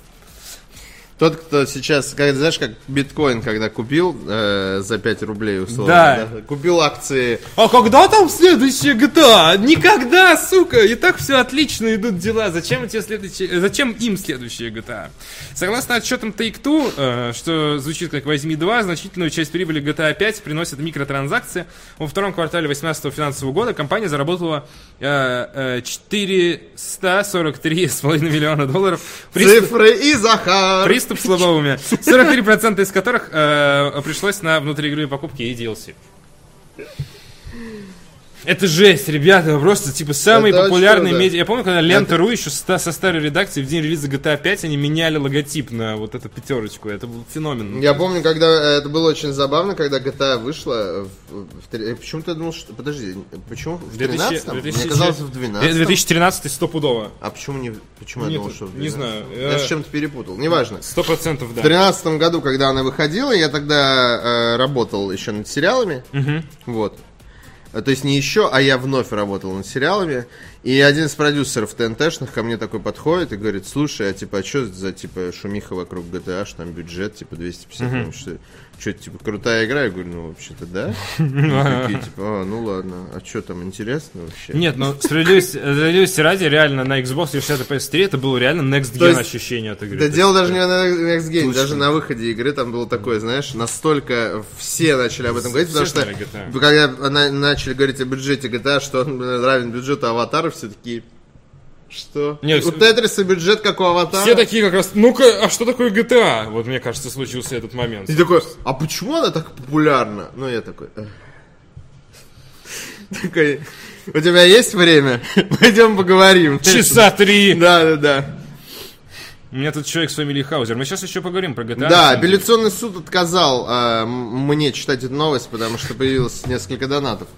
S2: Тот, кто сейчас, как, знаешь, как биткоин, когда купил э, за 5 рублей условно,
S1: Да.
S2: купил акции.
S1: А когда там следующая GTA? а? Никогда, сука! И так все отлично идут дела. Зачем, тебе следующие- э, зачем им следующая GTA? а? Согласно отчетам Take-Two, э, что звучит как «Возьми 2», значительную часть прибыли GTA 5 приносят микротранзакции. Во втором квартале 2018 финансового года компания заработала э, э, 443,5 миллиона долларов. Приступ-
S2: Цифры и Захар.
S1: Приступ слабоумия. 43% из которых э, пришлось на внутриигровые покупки и DLC. Это жесть, ребята, вы просто типа самые
S2: Это
S1: популярные
S2: вообще, да.
S1: медиа. Я помню, когда Лента.ру еще ста- со старой редакции в день релиза GTA 5 они меняли логотип на вот эту пятерочку. Это был феномен.
S2: Я помню, когда э, это было очень забавно, когда GTA вышла. в- в три- э, Почему ты думал, что... Подожди, почему в 13 Мне казалось, в
S1: Э,
S2: 12
S1: 2013 стопудово.
S2: А почему не... в- Почему я
S1: Нет,
S2: думал, что в
S1: не
S2: 12?
S1: знаю,
S2: Я
S1: э,
S2: с чем-то перепутал, неважно.
S1: Сто процентов,
S2: В
S1: да.
S2: 13 году, когда она выходила, я тогда э, работал еще над сериалами. Вот. А, То есть не еще, а я вновь работал над сериалами. И один из продюсеров ТНТшных ко мне такой подходит и говорит, слушай, а типа, а что за типа шумиха вокруг GTA, что там бюджет, типа 250 миллионов, что, что это, типа, крутая игра? Я говорю, ну, вообще-то, да? И такие, типа, «А, ну ладно, а что там интересно вообще?
S1: Нет, ну справедливости, справедливости ради, реально на Xbox 60 и PS3 это было реально next
S2: То
S1: gen
S2: есть-
S1: ощущение от игры.
S2: Да
S1: То
S2: дело даже не на Next Game,
S1: Точно.
S2: даже на выходе игры там было такое, знаешь, настолько все начали об этом говорить,
S1: Все
S2: потому что
S1: знали а. GTA.
S2: когда на- начали говорить о бюджете GTA, что он равен бюджету аватара, все такие, что?
S1: Не,
S2: у
S1: вс-
S2: Тетриса бюджет как у аватара?
S1: Все такие как раз, ну-ка, а что такое GTA? Вот мне кажется, случился этот момент.
S2: И такой, а почему она так популярна? Ну, я такой... «Эх». Такой, у тебя есть время? [laughs] Пойдем поговорим.
S1: Часа три!
S2: Да, да, да.
S1: У меня тут человек с фамилией Хаузер. Мы сейчас еще поговорим про А. GTA.
S2: Да, апелляционный суд отказал э, м- мне читать эту новость, потому что появилось несколько донатов.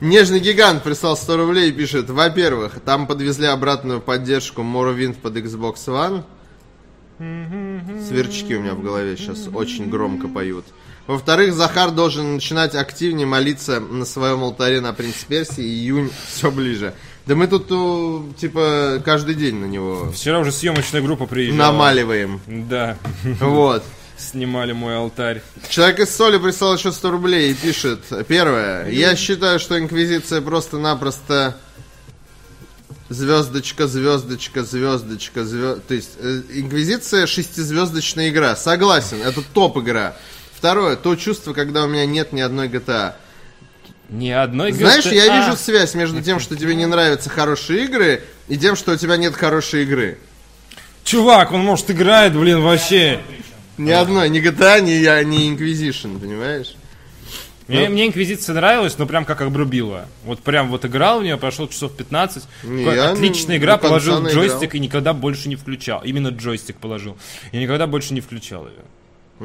S2: Нежный гигант прислал 100 рублей и пишет, во-первых, там подвезли обратную поддержку Morrowind под Xbox One. Сверчки у меня в голове сейчас очень громко поют. Во-вторых, Захар должен начинать активнее молиться на своем алтаре на Принц Персии. Июнь все ближе. Да мы тут, у, типа, каждый день на него
S1: Вчера уже съемочная группа приезжала.
S2: намаливаем.
S1: Да,
S2: Вот.
S1: снимали мой алтарь.
S2: Человек из Соли прислал еще 100 рублей и пишет. Первое. Я считаю, что Инквизиция просто-напросто звездочка, звездочка, звездочка, звезд... То есть, э, Инквизиция шестизвездочная игра. Согласен, это топ игра. Второе. То чувство, когда у меня нет ни одной GTA.
S1: Ни одной А.
S2: Знаешь,
S1: GTA.
S2: я вижу связь между тем, что тебе не нравятся хорошие игры, и тем, что у тебя нет хорошей игры.
S1: Чувак, он, может, играет, блин, вообще.
S2: Ни одной, ни GTA, ни, я- ни Inquisition, понимаешь?
S1: Мне,
S2: Ну.
S1: мне Инквизиция нравилась, но прям как обрубила. Вот прям вот играл в нее, прошел часов 15.
S2: Не,
S1: Такой,
S2: я
S1: Отличная
S2: не-
S1: игра,
S2: до конца
S1: положил
S2: наиграл.
S1: джойстик и никогда больше не включал. Именно джойстик положил. И никогда больше не включал ее.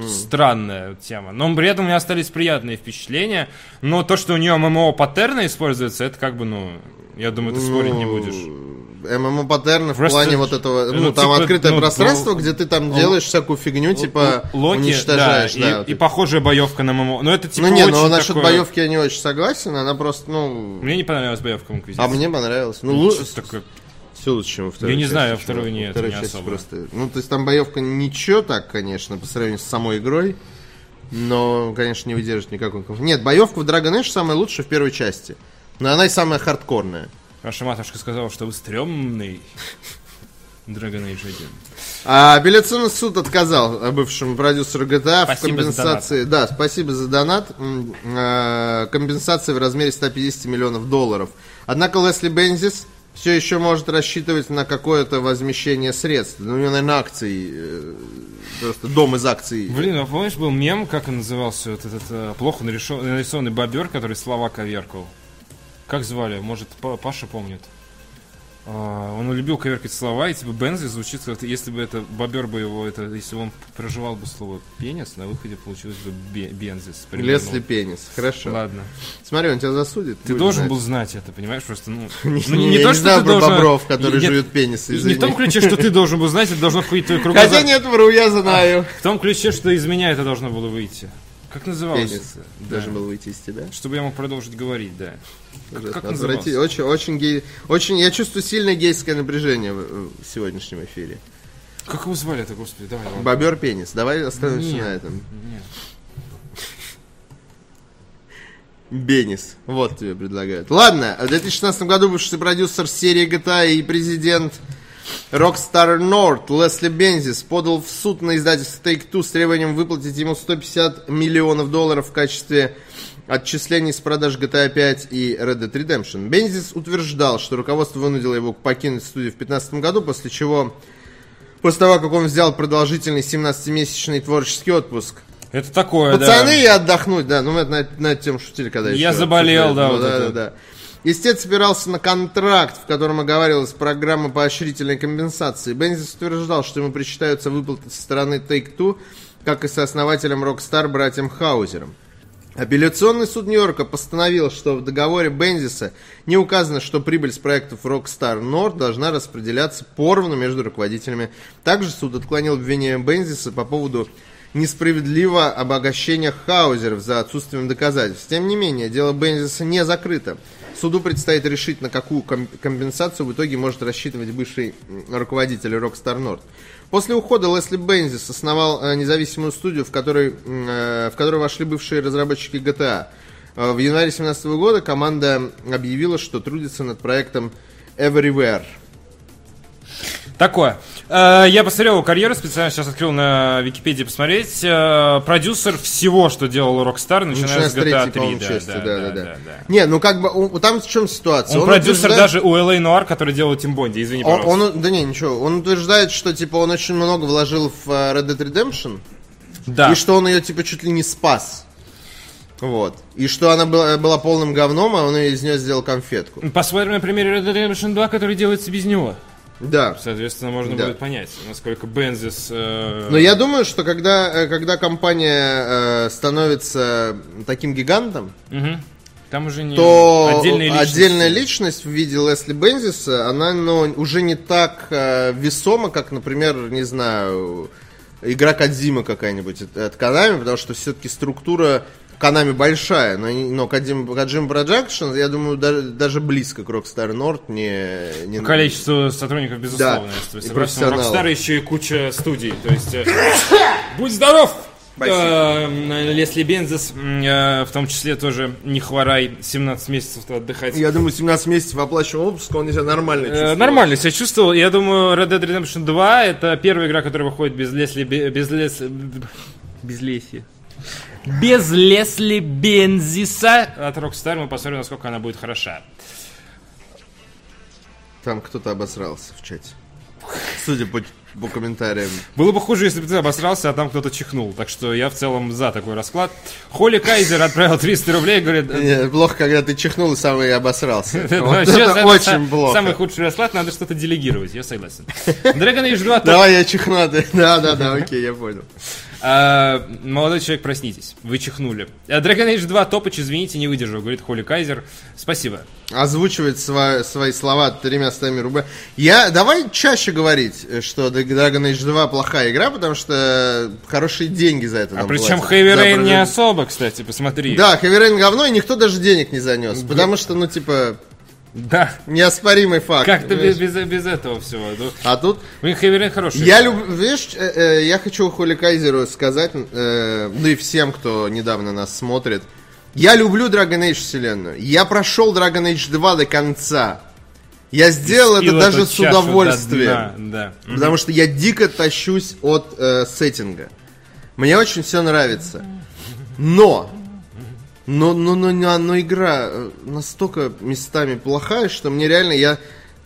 S1: Странная тема. Но при этом у меня остались приятные впечатления. Но то, что у нее ММО паттерны используются, это как бы, ну, я думаю, ты спорить не
S2: Ну,
S1: будешь.
S2: ММО паттерны в
S1: Просто,
S2: плане вот этого, ну,
S1: ну,
S2: там
S1: типа,
S2: открытое
S1: ну,
S2: пространство,
S1: ну,
S2: где ты там делаешь всякую фигню, типа
S1: Л- Локи,
S2: уничтожаешь,
S1: да,
S2: да.
S1: и,
S2: вот
S1: и
S2: это.
S1: похожая боевка на ММО. Но это типа
S2: ну не,
S1: очень
S2: ну насчет
S1: такое-
S2: боевки я не очень согласен, она просто, ну,
S1: Мне не понравилась боевка Инквизиции.
S2: а мне понравилась. Ну,
S1: Что-то такое.
S2: все лучше, чем во второй
S1: Я не
S2: части,
S1: знаю, во
S2: чувак.
S1: второй нет,
S2: Вторая
S1: не
S2: часть
S1: особо.
S2: просто, ну то есть там боевка ничего так, конечно, по сравнению с самой игрой, но, конечно, не выдержит никакой конф- Нет, боевка в Dragon Age самая лучшая в первой части, но она и самая хардкорная.
S1: Ваша матушка сказала, что вы стрёмный. Dragon Age 1.
S2: А апелляционный суд отказал э, бывшему продюсеру
S1: Спасибо
S2: GTA в
S1: за
S2: компенсации. да, спасибо за донат. М, э, Компенсации в размере 150 миллионов долларов. Однако Лесли Бензис все еще может рассчитывать на какое-то возмещение средств. Ну, у него, наверное, акции. э, Просто дом из акций.
S1: Блин, а помнишь, был мем, как он назывался, вот этот э, плохо нарешо- нарисованный бобер, который слова коверкал? Как звали? Может, Па- Паша помнит? А, Он любил коверкать слова, и типа Бензи звучит, как если бы это бобер бы его, это, если бы он проживал бы слово пенис, на выходе получилось бы бе- бензис. примерно.
S2: Лесли Пенис. Хорошо.
S1: Ладно.
S2: Смотри, он тебя засудит.
S1: Ты должен был знать это, понимаешь, просто, ну... ну,
S2: [laughs] не, я не знаю про бобров, которые
S1: Нет,
S2: жуют пенис.
S1: Не в том
S2: извини.
S1: ключе, что ты должен был знать, это должно входить в твой кругозор.
S2: Хотя нет, вру, я знаю.
S1: В том ключе, что из меня это должно было выйти. Как называлось?
S2: Пенис.
S1: А. Да.
S2: Должен был выйти из тебя.
S1: Чтобы я мог продолжить говорить, да. Как, как
S2: Ужасно
S1: называлось?
S2: отвратительно. Очень, очень гей, очень, я чувствую сильное гейское напряжение в, в сегодняшнем эфире.
S1: Как его звали это, господи, давай, ладно.
S2: Бобер пенис. Давай остановимся
S1: Нет.
S2: на этом.
S1: Нет.
S2: Бенис. Вот тебе предлагают. Ладно, в 2016 году бывший продюсер серии GTA и президент Rockstar North Лесли Бензис подал в суд на издательство Take-Two с требованием выплатить ему 150 миллионов долларов в качестве отчислений с продаж GTA 5 и Red Dead Redemption. Бензис утверждал, что руководство вынудило его покинуть студию в 2015 году, после чего После того, как он взял продолжительный 17-месячный творческий отпуск.
S1: Это такое, да.
S2: Пацаны, я отдохнуть, да. Ну, мы на, на эту тему шутили, когда
S1: Я
S2: еще
S1: заболел,
S2: обсуждали.
S1: да,
S2: Ну,
S1: вот
S2: да,
S1: это.
S2: да, да. Истец опирался на контракт, в котором оговаривалась программа поощрительной компенсации. Бензис утверждал, что ему причитаются выплаты со стороны Take-Two, как и сооснователем Rockstar братьям Хаузером. Апелляционный суд Нью-Йорка постановил, что в договоре Бензиса не указано, что прибыль с проектов Rockstar Nord должна распределяться поровну между руководителями. Также суд отклонил обвинение Бензиса по поводу несправедливого обогащения Хаузеров за отсутствием доказательств. Тем не менее, дело Бензиса не закрыто. Суду предстоит решить, на какую ком- компенсацию в итоге может рассчитывать бывший м, руководитель Rockstar Nord. После ухода Лесли Бензис основал э, независимую студию, в, которой, м, э, в которую вошли бывшие разработчики GTA. Э, В январе 2017 года команда объявила, что трудится над проектом Everywhere.
S1: Такое. Э, Я посмотрел его карьеру, специально сейчас открыл на Википедии посмотреть. Э, Продюсер всего, что делал Rockstar, начиная
S2: Начиная
S1: с GTA 3.
S2: третьей, Ну, по-моему,
S1: да,
S2: части.
S1: да, да, да, да.
S2: Не, ну как бы, он- там в чем ситуация?
S1: Он, продюсер
S2: утверждает-
S1: даже у LA Noir, который делал Тим Бонди, извини,
S2: Он,
S1: пожалуйста.
S2: он- да не, ничего. Он утверждает, что типа он очень много вложил в э, Red Dead Redemption.
S1: Да.
S2: И что он ее типа чуть ли не спас. Вот. И что она была, была полным говном, а он из нее сделал конфетку.
S1: Посмотрим на примере Red Dead Redemption 2, который делается без него.
S2: Да.
S1: Соответственно, можно
S2: Да. Ну,
S1: будет понять, насколько Бензис... э,
S2: Но я думаю, что когда, э, когда компания э, становится таким гигантом,
S1: Мгм. Там уже не
S2: то
S1: отдельные личности.
S2: отдельная личность в виде Лесли Бензиса, она ну, уже не так э, весома, как, например, не знаю, игра Кадзима какая-нибудь от, от Konami, потому что все-таки структура Канами большая, но, не- но Кадзима Каджима Production, я думаю, даже, даже близко к Rockstar North не... не
S1: Количество сотрудников, безусловно. если
S2: Да, и
S1: согласен. У
S2: профессионалов.
S1: Rockstar еще и куча студий. То есть, э, будь здоров!
S2: Спасибо.
S1: Эм, Лесли Бензис, м, э, в том числе тоже не хворай, 17 месяцев отдыхать.
S2: Я думаю, 17 месяцев оплачиваемого отпуска, он себя нормально
S1: Э,
S2: чувствует.
S1: Нормально себя чувствовал. Я думаю, Red Dead Redemption 2 это первая игра, которая выходит без Лесли... Бе- Без Лес... Без Леси. Без Лесли Бензиса от Rockstar. Мы посмотрим, насколько она будет хороша.
S2: Там кто-то обосрался в чате. Судя по, по комментариям.
S1: Было бы хуже, если бы ты обосрался, а там кто-то чихнул. Так что я в целом за такой расклад. Холли Кайзер отправил 300 рублей, говорит... «Э,
S2: Не, плохо, когда ты чихнул и сам
S1: [laughs]
S2: и обосрался.
S1: это
S2: Вот
S1: вообще
S2: это
S1: самый-
S2: очень
S1: Самый
S2: плохо.
S1: худший расклад, надо что-то делегировать, я согласен. Dragon Age 2
S2: Давай я чихну, а ты- [laughs] Да, да, да, окей, я понял.
S1: А, молодой человек, проснитесь, вы чихнули. А Dragon Age 2 топоч, извините, не выдержу, говорит Холли Кайзер. Спасибо.
S2: Озвучивать сва- свои слова тремя стами рубля. Я, давай чаще говорить, э, что Д- Dragon Age 2 плохая игра, потому что хорошие деньги за это
S1: А
S2: нам
S1: причем
S2: платят.
S1: Heavy
S2: Ну, Да,
S1: Rain не
S2: прожи-
S1: особо, кстати, посмотри.
S2: Да, Heavy Rain говно, и никто даже денег не занес. Потому что, ну, типа,
S1: Да.
S2: неоспоримый факт.
S1: Как-то без,
S2: понимаешь?
S1: без, без этого всего. Ну,
S2: А тут
S1: у них Heavy Rain хороший.
S2: Я люблю, видишь, э, э, я хочу Холли Кайзеру сказать, э, ну и всем, кто недавно нас смотрит. Я люблю Dragon Age вселенную. Я прошел Dragon Age 2 до конца. Я сделал это
S1: Пил
S2: даже
S1: эту
S2: с
S1: чашу до
S2: удовольствием.
S1: дна, Да. М.
S2: Потому что я дико тащусь от э, сеттинга. Мне очень все нравится. Но! Но, но, но, но, но игра э, настолько местами плохая, что мне реально я.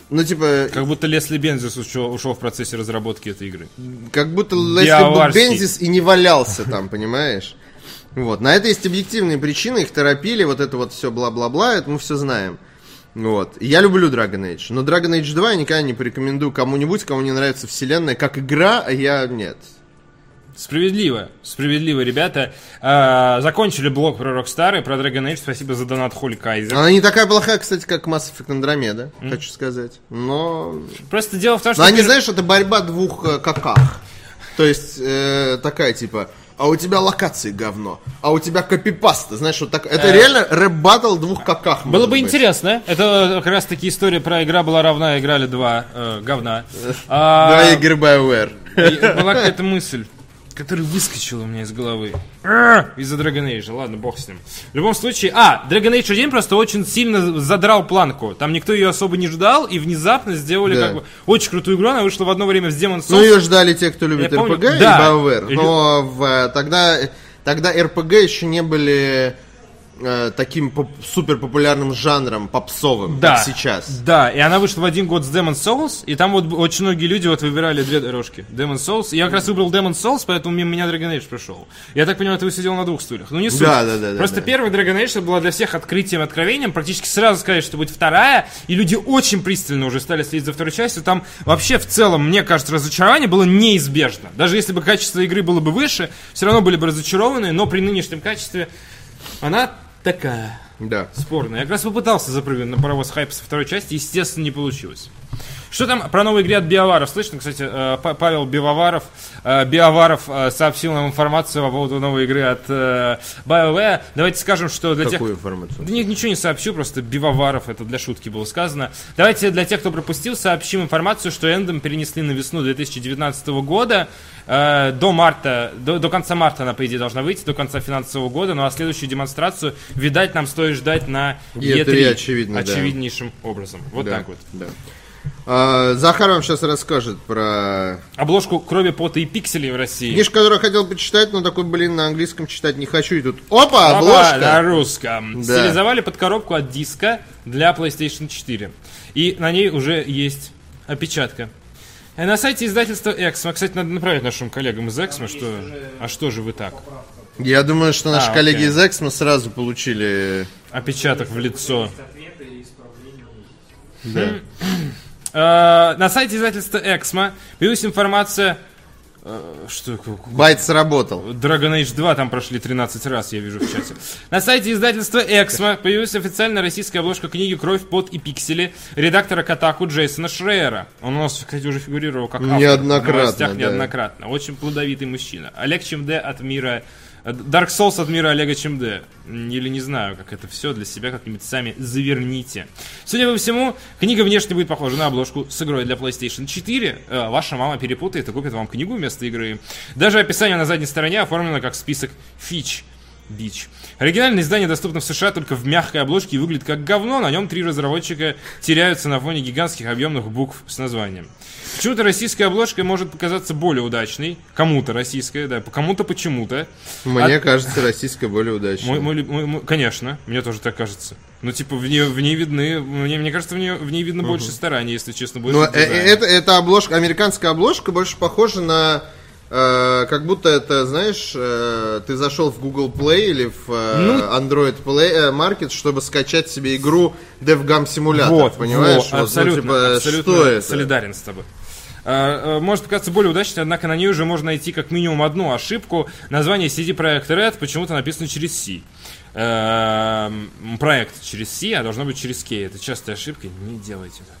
S2: Ну, типа,
S1: Как будто Лесли Бензис ушел, ушел в процессе разработки этой игры.
S2: как будто если бы
S1: Диаварский.
S2: Бензис и не валялся там, понимаешь? Вот. На это есть объективные причины, их торопили, вот это вот все бла-бла-бла, это мы все знаем. Вот. И Я люблю Dragon Age, но Dragon Age 2 я никогда не порекомендую кому-нибудь, кому не нравится вселенная, как игра, а я нет.
S1: Справедливо, справедливо, ребята. А, закончили блог про Rockstar и про Dragon Age. Спасибо за донат Холли Кайзер.
S2: Она не такая плохая, кстати, как Mass Effect Andromeda, хочу сказать. Но...
S1: Просто дело в том, что...
S2: Но Ну, они,
S1: пер-
S2: знаешь, это борьба двух э, каках. То есть, э, такая, типа, а у тебя локации говно, а у тебя копипаста, знаешь, вот так. Это реально рэп-баттл двух
S1: Э.
S2: каках.
S1: Было
S2: может
S1: бы
S2: быть.
S1: интересно. Это как раз таки история про игра была равна, играли два э, говна.
S2: Да,
S1: А,
S2: и
S1: [laughs]
S2: Гербайуэр.
S1: и была какая-то мысль, которая выскочила у меня из головы. Ар! Из-за Dragon Age. Ладно, бог с ним. В любом случае... А, Dragon Age 1 просто очень сильно задрал планку. Там никто ее особо не ждал, и внезапно сделали
S2: Да.
S1: как бы очень крутую игру. Она вышла в одно время с Demon's Souls.
S2: Ну, ее ждали те, кто любит
S1: Я помню,
S2: РПГ и
S1: да.
S2: BioWare.
S1: И
S2: Но в, э, тогда, тогда РПГ еще не были э, таким поп- супер популярным жанром попсовым,
S1: да.
S2: как сейчас.
S1: Да, и она вышла в один год с Demon's Souls, и там вот б- очень многие люди вот выбирали две дорожки. Demon's Souls. Я как раз выбрал Demon's Souls, поэтому мимо меня Dragon Age пришел. Я так понимаю, ты сидел на двух стульях. Ну не суть.
S2: Да, да, да, да,
S1: Просто
S2: да.
S1: первый Dragon Age это была для всех открытием, откровением. Практически сразу сказали, что будет вторая, и люди очень пристально уже стали следить за второй частью. Там вообще в целом, мне кажется, разочарование было неизбежно. Даже если бы качество игры было бы выше, все равно были бы разочарованы, но при нынешнем качестве она такая.
S2: Да.
S1: Спорно. Я как раз попытался запрыгнуть на паровоз хайпа со второй части, естественно, не получилось. Что там про новые игры от Биоваров? Слышно, кстати, э, Па- Павел Биоваров, э, Биоваров э, сообщил нам информацию по поводу новой игры от э, BioWare. Давайте скажем, что для тех,
S2: Какую информацию?
S1: да нет, ничего не сообщу, просто Бивоваров, это для шутки было сказано. Давайте для тех, кто пропустил, сообщим информацию, что Эндом перенесли на весну 2019 года. Э, до марта, до, до конца марта она, по идее, должна выйти, до конца финансового года. Ну а следующую демонстрацию, видать, нам стоит ждать на
S2: E3,
S1: E3.
S2: очевидно, да.
S1: Очевиднейшим образом. Вот
S2: Да,
S1: так вот.
S2: да. А, Захар вам сейчас расскажет про
S1: Обложку крови, пота и пикселей в России.
S2: книжку, которую я хотел почитать, но такой, блин, на английском читать не хочу. И тут, опа,
S1: Баба на
S2: обложка!
S1: русском.
S2: Да.
S1: Стилизовали под коробку от диска для PlayStation 4. И на ней уже есть опечатка. Э, На сайте издательства Эксмо, кстати, надо направить нашим коллегам из Эксмо, что... А что же вы так?
S2: Я думаю, что наши
S1: А,
S2: коллеги
S1: окей.
S2: из Эксмо сразу получили...
S1: Опечаток в лицо.
S3: Ответы и исправления.
S1: Э, на сайте издательства Эксмо появилась информация... э, что...
S2: Байт сработал.
S1: Dragon Age 2 там прошли 13 раз, я вижу в чате. На сайте издательства Эксмо появилась официальная российская обложка книги «Кровь, пот и пиксели» редактора Катаку Джейсона Шрейера. Он у нас, кстати, уже фигурировал как автор в
S2: Неоднократно,
S1: новостях
S2: да.
S1: неоднократно. Очень плодовитый мужчина. Олег ЧМД от мира... э, Dark Souls от мира Олега ЧМД. Или не знаю, как это все для себя как-нибудь сами заверните. Судя по всему, книга внешне будет похожа на обложку с игрой для PlayStation 4. Э, Ваша мама перепутает и купит вам книгу вместо игры. Даже описание на задней стороне оформлено как список фич. Бич. Оригинальное издание доступно в США только в мягкой обложке и выглядит как говно. На нем три разработчика теряются на фоне гигантских объемных букв с названием. Почему-то российская обложка может показаться более удачной. Кому-то российская, да, кому-то почему-то.
S2: Мне кажется, российская более
S1: А- Мой,
S2: удачная.
S1: мой люб- мой- мой- конечно, мне тоже так кажется. Ну, типа, в ней, в ней видны, мне, мне кажется, в ней, в ней видно больше старания, если честно, больше
S2: Но э- э-
S1: дизайна.
S2: это, это обложка, американская обложка больше похожа на... э, как будто это, знаешь, э, ты зашел в Google Play или в э,
S1: Ну,
S2: Android Play э, Market, чтобы скачать себе игру DevGam Simulator,
S1: Вот,
S2: понимаешь?
S1: вот,
S2: Вот, ну,
S1: абсолютно,
S2: типа,
S1: абсолютно
S2: что это?
S1: солидарен с тобой. А, а, Может показаться более удачной, однако на ней уже можно найти как минимум одну ошибку. Название CD Projekt Red почему-то написано через C. Эм, Проект через C, а должно быть через K. Это частая ошибка, не делайте так.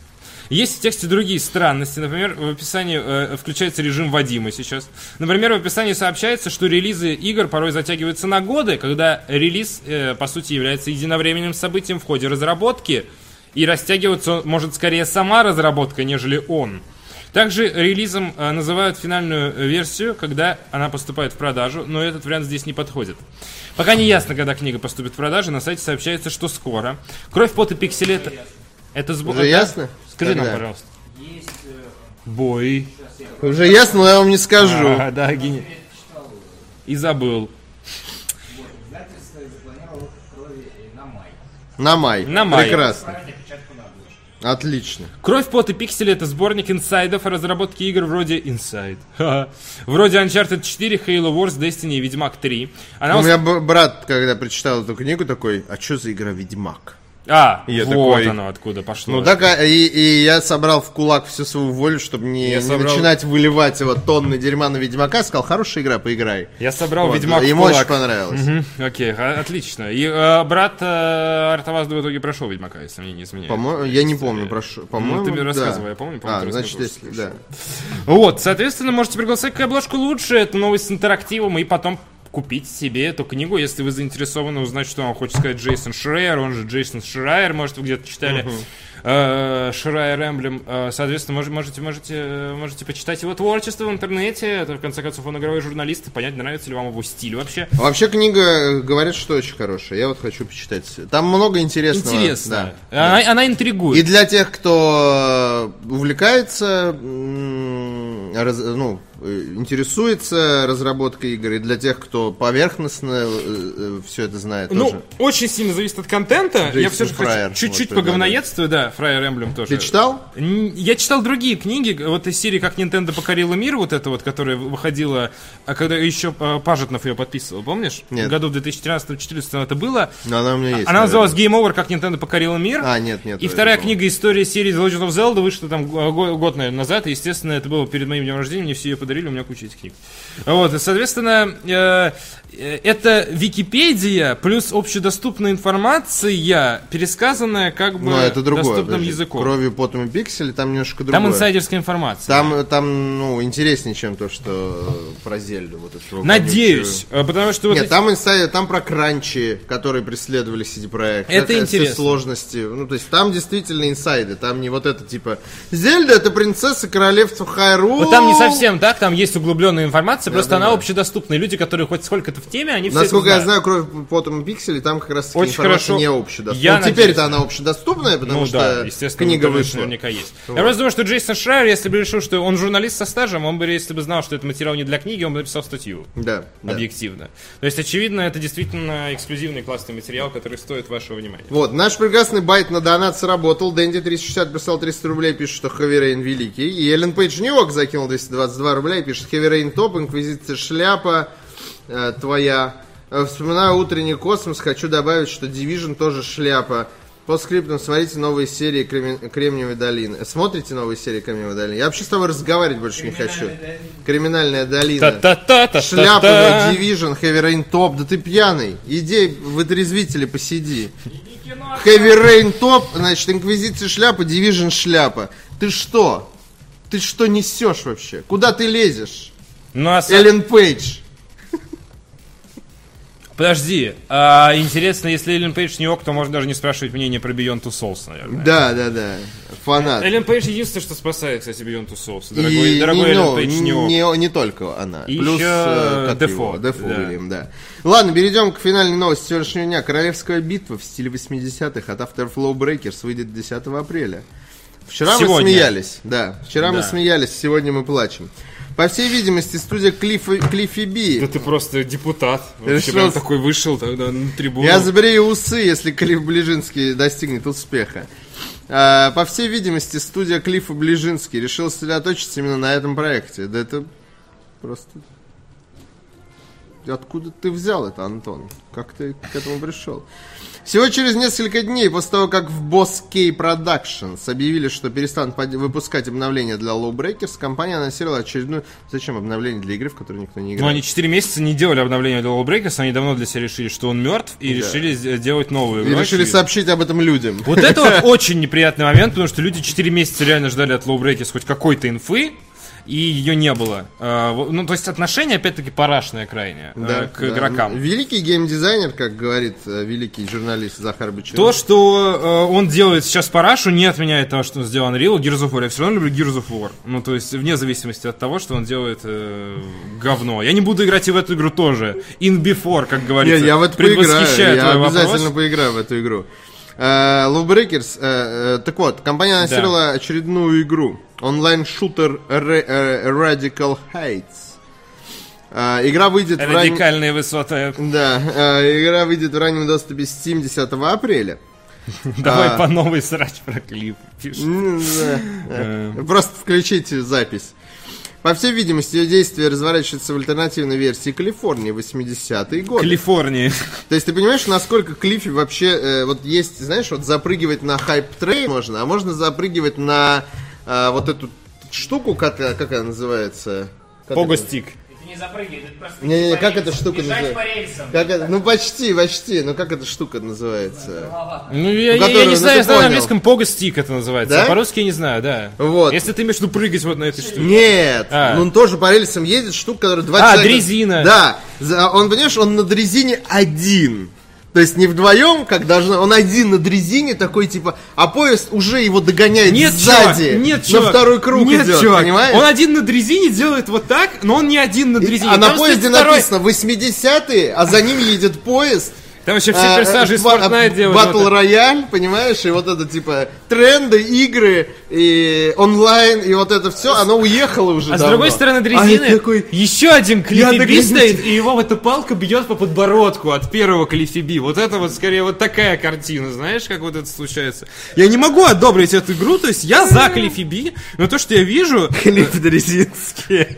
S1: Есть в тексте другие странности. Например, в описании э, включается режим Вадима сейчас. Например, в описании сообщается, что релизы игр порой затягиваются на годы, когда релиз, э, по сути, является единовременным событием в ходе разработки. И растягиваться он- может скорее сама разработка, нежели он. Также релизом э, называют финальную э, версию, когда она поступает в продажу, но этот вариант здесь не подходит. Пока не ясно, когда книга поступит в продажу, на сайте сообщается, что скоро. Кровь, пот и пиксели... это- Это сбор.
S2: Уже ясно?
S1: А Скажи
S2: Тогда.
S1: нам, пожалуйста.
S3: Есть... э,
S1: Бой.
S2: Уже ясно, но я вам не скажу.
S1: А, [laughs] да, гени...
S3: Я это читал.
S1: И забыл.
S3: Вот, издательство запланировало «Лодка крови» э, на май.
S2: На май.
S1: На май.
S2: Прекрасно.
S3: Правильно, печатку на обложке.
S2: Отлично.
S1: Кровь, пот и пиксели — это сборник инсайдов о разработке игр вроде Inside. Ха-ха. вроде Uncharted 4, Halo Wars, Destiny и Ведьмак 3. Она
S2: У
S1: ус-
S2: меня б- брат, когда прочитал эту книгу, такой, а что за игра Ведьмак?
S1: А,
S2: Я
S1: вот
S2: такой-
S1: оно откуда пошло.
S2: Ну так, а, и, и я собрал в кулак всю свою волю, чтобы не,
S1: Я
S2: не
S1: собрал-
S2: начинать выливать его тонны дерьма на Ведьмака. Сказал, хорошая игра, поиграй.
S1: Я собрал
S2: Вот,
S1: Ведьмак
S2: Ему
S1: в
S2: очень
S1: кулак.
S2: понравилось.
S1: Мгм, Окей, а, отлично. И э, брат э, Артавазда в итоге прошел Ведьмака, если мне не изменяет.
S2: По-моему, я не помню, прошу. По-моему,
S1: Ну, ты мне
S2: да.
S1: рассказывай, я помню, по-моему,
S2: А,
S1: ты
S2: значит,
S1: рассказывал,
S2: если, да.
S1: Вот, соответственно, можете пригласить к обложку лучше. Это новость с интерактивом и потом купить себе эту книгу, если вы заинтересованы узнать, что вам хочет сказать Джейсон Шрайер, он же Джейсон Шрайер, может, вы где-то читали э, Шрайер Эмблем. Э, Соответственно, мож- можете, можете, э, можете почитать его творчество в интернете. Это, в конце концов, он игровой журналист, и понять, нравится ли вам его стиль вообще.
S2: А Вообще книга э, говорит, что очень хорошая. Я вот хочу почитать. Там много интересного.
S1: Интересно. А,
S2: да.
S1: Она, она
S2: И
S1: интригует.
S2: для тех, кто э, увлекается, м, раз- ну, э, интересуется разработкой игр, и для тех, кто поверхностно все это знает
S1: Ну,
S2: тоже.
S1: очень сильно зависит от контента. Я
S2: Джейсон
S1: все же
S2: Фрайер,
S1: хочу чуть-чуть
S2: вот,
S1: по говноедству, да, Фрайер Эмблем тоже.
S2: Ты читал?
S1: Н- Я читал другие книги, г- вот из серии «Как Nintendo покорила мир», вот это вот, которая в- выходила, а когда еще э, Пажетнов ее подписывал, помнишь?
S2: Нет.
S1: В году в 2013-2014 это было.
S2: Но Ну, она у меня есть.
S1: Она называлась
S2: наверное.
S1: «Game Over. Как Nintendo покорила мир».
S2: А, нет, нет.
S1: И
S2: я
S1: вторая
S2: не помню.
S1: книга истории серии The Legend of Zelda вышла там г- го- год, наверное, назад. И, естественно, это было перед моим днем рождения, мне все ее подарили, у меня куча этих книг. Вот, и, соответственно, э, э, это Википедия плюс общедоступная информация, пересказанная как бы
S2: Ну, это другое.
S1: доступным
S2: подожди.
S1: языком.
S2: Кровью, потом и пиксели, там немножко другое.
S1: Там инсайдерская информация.
S2: Там, там, ну, интереснее, чем то, что э, про Зельду. Вот эту руку
S1: Надеюсь, э, потому что вот
S2: Нет,
S1: эти-
S2: там инсайдер, там про кранчи, которые преследовали CD Projekt.
S1: Это
S2: Как, э, все
S1: интересно.
S2: сложности. Ну, то есть там действительно инсайды. Там не вот это типа Зельда это принцесса королевства Хайру.
S1: вот там не совсем так, там есть углубленная информация, просто она
S2: понимаю.
S1: общедоступная. Люди, которые хоть сколько-то в теме, они все
S2: Насколько
S1: это
S2: я
S1: знают.
S2: знаю, кровь потом и пиксели, там как раз таки
S1: Очень
S2: информация
S1: хорошо.
S2: не общедоступная.
S1: Я
S2: ну, теперь-то
S1: надеюсь.
S2: она общедоступная, потому
S1: ну
S2: что
S1: да, естественно, в
S2: книга
S1: интернете
S2: вышла.
S1: наверняка есть.
S2: Вот.
S1: Я просто думаю, что Джейсон Шрайер, если бы решил, что он журналист со стажем, он бы, если бы знал, что это материал не для книги, он бы написал статью.
S2: Да,
S1: А
S2: да.
S1: Объективно. То есть, очевидно, это действительно эксклюзивный классный материал, который стоит вашего внимания.
S2: Вот, наш прекрасный байт на донат сработал. Дэнди 360 прислал 300 рублей, пишет, что Хэви Рейн великий. И Эллен Пейдж Ньюок закинул 222 рубля и пишет, Хэви Рейн топ, Инквизиция шляпа э, твоя. Э, Вспоминаю утренний космос, хочу добавить, что Division тоже шляпа. По скриптам смотрите новые серии Кремен- Кремниевой долины. Э, Смотрите новые серии Кремниевой долины. Я вообще с тобой разговаривать больше не хочу. Криминальная долина.
S1: Та-та-та-та-та-та.
S2: Шляпа на Division, Heavy Rain Top. Да ты пьяный. Иди в отрезвителе посиди. Heavy Rain Top, значит, Инквизиция шляпа, Division шляпа. Ты что? Ты что несешь вообще? Куда ты лезешь?
S1: Ну, а со-
S2: Эллен Пейдж.
S1: Подожди, а, интересно, если Эллен Пейдж не ок, то можно даже не спрашивать мнение про Beyond Two Souls, наверное.
S2: Да, да, да. Фанат.
S1: Эллен Пейдж единственное, что спасает, кстати, Beyond Two Souls.
S2: И
S1: Дорогой, дорогой
S2: не,
S1: Эллен
S2: ну,
S1: Пейдж не ок.
S2: не, не только она.
S1: И
S2: Плюс
S1: еще
S2: э, как
S1: Дефо,
S2: его, Дефо
S1: да.
S2: Уильям, да. Ладно, перейдем к финальной новости сегодняшнего дня. Королевская битва в стиле 80-х от Afterflow Breakers выйдет 10 апреля. Вчера мы
S1: Сегодня.
S2: смеялись, да. Вчера мы
S1: Да.
S2: смеялись, сегодня мы плачем. По всей видимости, студия Клиффи, Клиффи Би.
S1: Да ты просто депутат.
S2: Я
S1: Вообще
S2: решил-
S1: прям такой вышел тогда на трибуну.
S2: Я забрею усы, если Клифф Ближинский достигнет успеха. А, по всей видимости, студия Клиффа Ближинский решила сосредоточиться именно на этом проекте. Да это просто... Откуда ты взял это, Антон? Как ты к этому пришел? Всего через несколько дней после того, как в Boss K Productions объявили, что перестанут под- выпускать обновления для Low Breakers, компания анонсировала очередную... Зачем обновление для игры, в которую никто не играет?
S1: Ну, они 4 месяца не делали обновление Double Breakers, они давно для себя решили, что он мертв, и решили сде- делать новую
S2: И
S1: игру.
S2: решили
S1: очевидно.
S2: сообщить об этом людям.
S1: Вот это вот [laughs] очень неприятный момент, потому что люди 4 месяца реально ждали от Low Breakers хоть какой-то инфы, и ее не было. А, во- Ну, то есть отношение, опять-таки, парашное крайне
S2: Да,
S1: э, к
S2: да.
S1: игрокам.
S2: Великий геймдизайнер, как говорит э, великий журналист Захар Бочаров.
S1: То, что э, он делает сейчас парашу, не отменяет того, что он сделал Unreal, Gears of War. Я все равно люблю Gears of War. Ну, то есть, вне зависимости от того, что он делает э, говно. Я не буду играть и в эту игру тоже. In before, как
S2: Не,
S1: говорится.
S2: я в это
S1: Предвосхищаю
S2: поиграю, я
S1: твой вопрос.
S2: обязательно поиграю в эту игру. Э, Lawbreakers, э, э, так вот, компания анонсировала очередную игру. Онлайн-шутер Ra- э, Radical Heights. Э, игра выйдет в ран-
S1: Радикальные
S2: [laughs]
S1: высоты.
S2: Да, э, игра выйдет в раннем доступе Steam 10 апреля.
S1: Давай по новой срач про клип. пишет.
S2: М, да. Э, Просто включите запись. По всей видимости, ее действие разворачивается в альтернативной версии Калифорнии 80-е годы. [laughs]
S1: Калифорнии.
S2: То есть ты понимаешь, насколько Клиффи вообще э, вот есть, знаешь, вот запрыгивать на хайп-трейн можно, а можно запрыгивать на э, вот эту штуку, как, э, как она называется? Как это?
S1: Погостик.
S3: Это не запрыгивает, это просто...
S2: Не-не-не,
S3: идти по
S2: как эта
S3: рельсам.
S2: штука
S3: Бежать по
S2: называется?
S3: рельсам.
S2: Как это? Ну почти, почти, но как эта штука называется?
S3: Голова.
S1: Ну, я,
S2: Ну,
S1: я- я
S2: который- ну,
S1: не знаю,
S2: ты
S1: я знаю на
S2: понял.
S1: английском погостик это называется.
S2: Да?
S1: А по-русски я не знаю, да.
S2: Вот.
S1: Если ты имеешь в виду прыгать вот на этой штуке.
S2: Нет,
S1: А.
S2: ну он тоже по рельсам едет, штука, которая два
S1: А,
S2: человека-
S1: дрезина.
S2: Да, За- он, понимаешь, он на дрезине один. То есть не вдвоем, как должно, он один на дрезине такой типа, а поезд уже его догоняет
S1: Нет,
S2: сзади.
S1: чувак, нет,
S2: на
S1: чувак,
S2: второй круг
S1: нет,
S2: идет,
S1: чувак.
S2: понимаешь?
S1: Он один на дрезине делает вот так, но он не один на дрезине.
S2: а на
S1: Там стоит
S2: поезде
S1: второй.
S2: написано 80-е, а за ним едет поезд.
S1: Там еще [laughs]
S2: а,
S1: все персонажи
S2: э,
S1: из
S2: ба- а,
S1: Fortnite делают.
S2: Battle
S1: вот это.
S2: Royale, понимаешь, и вот это типа тренды, игры, и онлайн, и вот это все, оно уехало уже
S1: А с
S2: давно.
S1: другой стороны дрезины,
S2: А я такой,
S1: еще один клифиби
S2: догоню
S1: стоит,
S2: тебя.
S1: и его вот эта палка бьет по подбородку от первого клифиби. Вот это вот скорее вот такая картина, знаешь, как вот это случается. Я не могу одобрить эту игру, то есть я за клифиби, но то, что я вижу...
S2: Клип Дрезинский.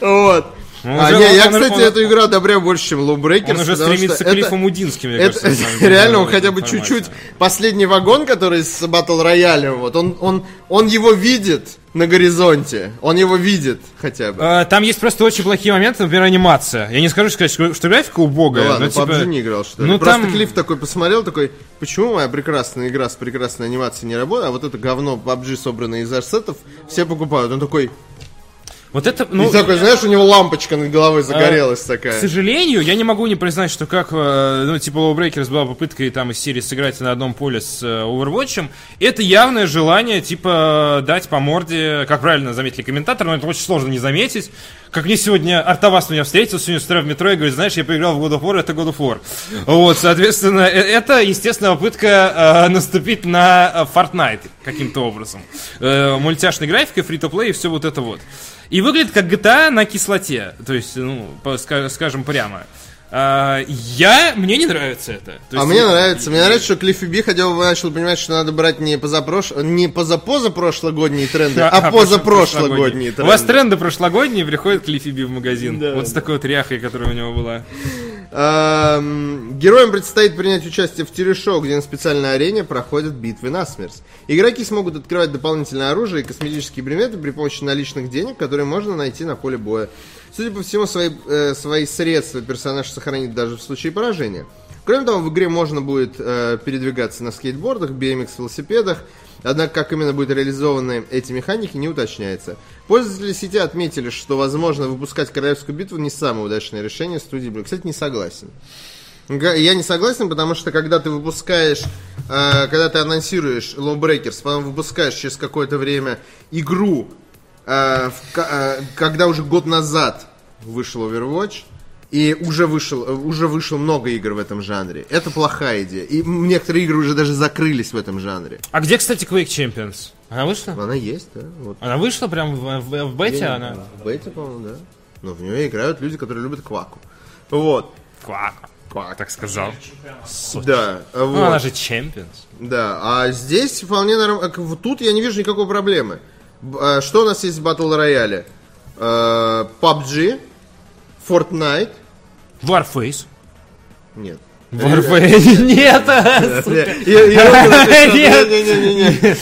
S2: Вот.
S1: Он
S2: А,
S1: уже-
S2: не, я,
S1: он-
S2: кстати,
S1: он-
S2: эту игру одобряю больше, чем Lawbreakers.
S1: Он уже
S2: потому
S1: стремится
S2: что
S1: к
S2: это-
S1: Клифу Мудински, мне
S2: это-
S1: кажется. на
S2: [laughs]
S1: самом деле,
S2: реально, он
S1: эта
S2: хотя бы
S1: информация.
S2: чуть-чуть... Последний вагон, который с Battle Royale, вот, он, он, он его видит на горизонте. Он его видит хотя бы.
S1: Э, Там есть просто очень плохие моменты, например, анимация. Я не скажу, сказать, что, что графика
S2: Да
S1: убогая,
S2: ладно,
S1: но типа...
S2: PUBG не играл, что ли?
S1: ну,
S2: Просто
S1: там-
S2: Клифф такой посмотрел, такой, почему моя прекрасная игра с прекрасной анимацией не работает, а вот это говно PUBG, собранное из ассетов, все покупают. Он такой,
S1: Вот это,
S2: И
S1: ну, А,
S2: такой, знаешь, у него лампочка над головой загорелась
S1: к
S2: такая.
S1: сожалению, я не могу не признать, что как, э, ну, типа, Low Breakers была попытка и там из серии сыграть на одном поле с э, Overwatch, это явное желание, типа, дать по морде, как правильно заметили комментаторы, но это очень сложно не заметить. Как мне сегодня Артавас меня встретил, сегодня с утра в метро и говорит, знаешь, я поиграл в God of War, это God of War. Вот, соответственно, э, это, естественно, попытка э, наступить на э, Fortnite каким-то образом. Э, мультяшной графикой, фри-то-плей и все вот это вот. И выглядит как GTA на кислоте. То есть, ну, по- ска- скажем прямо. А, я... Мне не нравится это. То
S2: А
S1: есть,
S2: мне
S1: ну,
S2: нравится, мне нравится, что Клиффи Би хотя бы начал понимать, что надо брать не позапрош... не позапозапрошлогодние
S1: [laughs]
S2: тренды, а позапрошлогодние
S1: У вас
S2: тренды.
S1: тренды прошлогодние, приходит к Лифиби в магазин. вот с такой вот ряхой, которая у него была.
S2: Эм, Героям предстоит принять участие в телешоу, где на специальной арене проходят битвы насмерть. Игроки смогут открывать дополнительное оружие и косметические предметы при помощи наличных денег, которые можно найти на поле боя. Судя по всему, свои, э, свои средства персонаж сохранит даже в случае поражения. Кроме того, в игре можно будет э, передвигаться на скейтбордах, BMX-велосипедах, Однако, как именно будут реализованы эти механики, не уточняется. Пользователи сети отметили, что, возможно, выпускать королевскую битву не самое удачное решение студии Blue. Кстати, не согласен. Га- Я не согласен, потому что когда ты выпускаешь, э, когда ты анонсируешь Lawbreakers, потом выпускаешь через какое-то время игру, э, в ка- э, когда уже год назад вышел Overwatch, и уже вышел, э, уже вышло много игр в этом жанре. Это плохая идея. И м, некоторые игры уже даже закрылись в этом жанре.
S1: А где, кстати, Quake Champions? Она вышла?
S2: Ну, Она есть, да. Вот.
S1: Она вышла прям в, в- в бете,
S2: Я не
S1: она...
S2: знаю, В бете, по-моему, да. Но в нее играют люди, которые любят кваку. Вот.
S1: Квак.
S2: Квак.
S1: Так сказал.
S2: Да, вот.
S1: Ну, она же Champions.
S2: Да, а здесь вполне нормально. Тут я не вижу никакой проблемы. Б- э, Что у нас есть в батл рояле? Э, PUBG, Fortnite.
S1: Warface.
S2: Нет.
S1: Warface. [laughs] Нет!
S2: Я- я- я
S1: [laughs]
S2: руку написал. Не-не-не-не-не.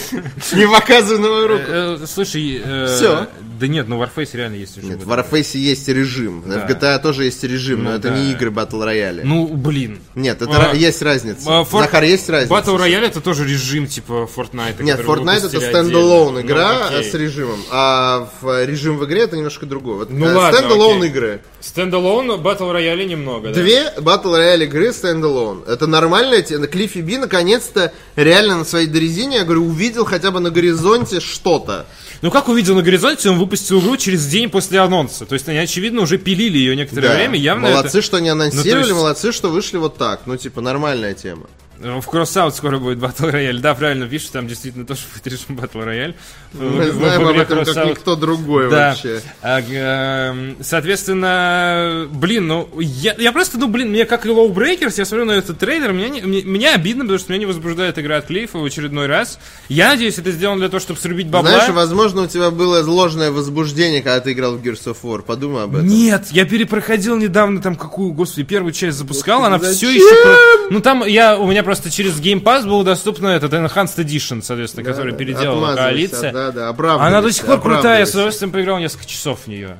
S2: Не показывай на мою руку.
S1: Э, Слушай, э,
S2: Всё.
S1: Да нет, ну Warface реально есть уже.
S2: Нет, в Warface есть режим. В GTA тоже есть режим, но это не игры батл рояля.
S1: Ну, блин.
S2: Нет, это
S1: А,
S2: ра- есть разница.
S1: А, Фор-
S2: Захар, есть разница?
S1: Battle Royale это тоже режим типа Fortnite.
S2: Нет,
S1: который
S2: Fortnite это
S1: выпустили
S2: стендалон
S1: отдельно.
S2: игра
S1: Ну,
S2: э,
S1: окей.
S2: с режимом, а в э, режим в игре это немножко другое. Вот,
S1: Ну
S2: э,
S1: ладно,
S2: стендалон
S1: окей.
S2: игры.
S1: Стендалон, Battle Royale немного, да?
S2: Две Battle Royale игры стендалон. Это нормально. те- на Клиффи Би наконец-то реально на своей дрезине, я говорю, увидел хотя бы на горизонте что-то.
S1: Но Ну, как увидел на горизонте, он выпустил игру через день после анонса. То есть они, очевидно, уже пилили ее некоторое
S2: Да.
S1: время. Явно
S2: молодцы,
S1: это-
S2: что не
S1: Ну,
S2: анонсировали,
S1: то есть-
S2: молодцы, что вышли вот так. Ну, типа, нормальная тема.
S1: Э, В Crossout скоро будет Battle Royale. Да, правильно пишут, там действительно тоже будет режим Э, Battle Royale.
S2: Мы знаем об этом как никто другой
S1: Да.
S2: вообще.
S1: А, г- эм, Соответственно, блин, ну я, я просто, ну блин, мне как и Low Breakers, я смотрю на этот трейлер, меня, не- мне, меня обидно, потому что меня не возбуждает игра от Клифа в очередной раз. Я надеюсь, это сделано для того, чтобы срубить бабла.
S2: Знаешь, возможно, у тебя было ложное возбуждение, когда ты играл в Gears of War. Подумай об этом.
S1: Нет, я перепроходил недавно там какую, господи, первую часть запускал, она все
S2: Зачем?
S1: еще... Ну там я, у меня просто через Game Pass был доступно этот Enhanced Edition, соответственно, который
S2: Да,
S1: переделала
S2: отмазывайся,
S1: коалиция.
S2: Да, да, оправдывайся,
S1: Она до сих пор крутая, я с
S2: оправдывайся.
S1: удовольствием поиграл несколько часов в нее.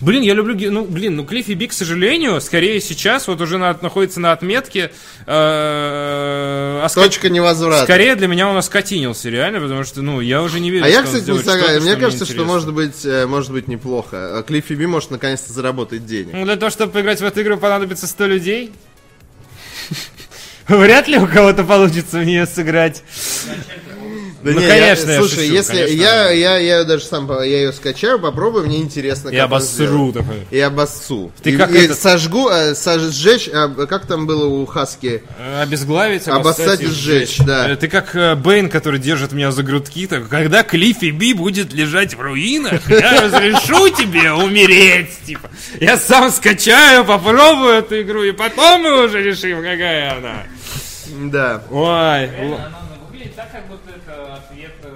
S1: Блин, я люблю... ге- Ну, блин, ну Клиффи Би, к сожалению, скорее сейчас вот уже на- находится на отметке... э, а ска-
S2: Точка невозврата.
S1: Скорее для меня он оскотинился, реально, потому что, ну, я уже не верю,
S2: А я,
S1: что он
S2: кстати, не
S1: сделает
S2: согласен.
S1: что-то,
S2: Мне кажется, что
S1: интересно.
S2: может быть, э, может быть неплохо. А Клиффи Би может наконец-то заработать денег.
S1: Ну, для того, чтобы поиграть в эту игру, понадобится 100 людей. [laughs] Вряд ли у кого-то получится в нее сыграть.
S2: Да
S1: Ну,
S2: не,
S1: конечно, я
S2: я, слушай,
S1: шучу,
S2: если
S1: конечно.
S2: я, я, я даже сам по- я ее скачаю, попробую, мне интересно.
S1: Я
S2: как он сделан.
S1: обосру такой.
S2: И обоссу.
S1: Ты
S2: и,
S1: как
S2: и
S1: этот-
S2: сожгу, э, сож- сжечь, а, как там было у Хаски?
S1: Э, Обезглавить,
S2: Обоссать и сжечь, да.
S1: Э, Ты как э, Бэйн, который держит меня за грудки, так, когда Клиффи Би будет лежать в руинах, я разрешу тебе умереть, типа. Я сам скачаю, попробую эту игру, и потом мы уже решим, какая она.
S2: Да.
S1: Ой,
S2: Э,
S1: л-
S3: Реально, она выглядит так, как будто это ответ э,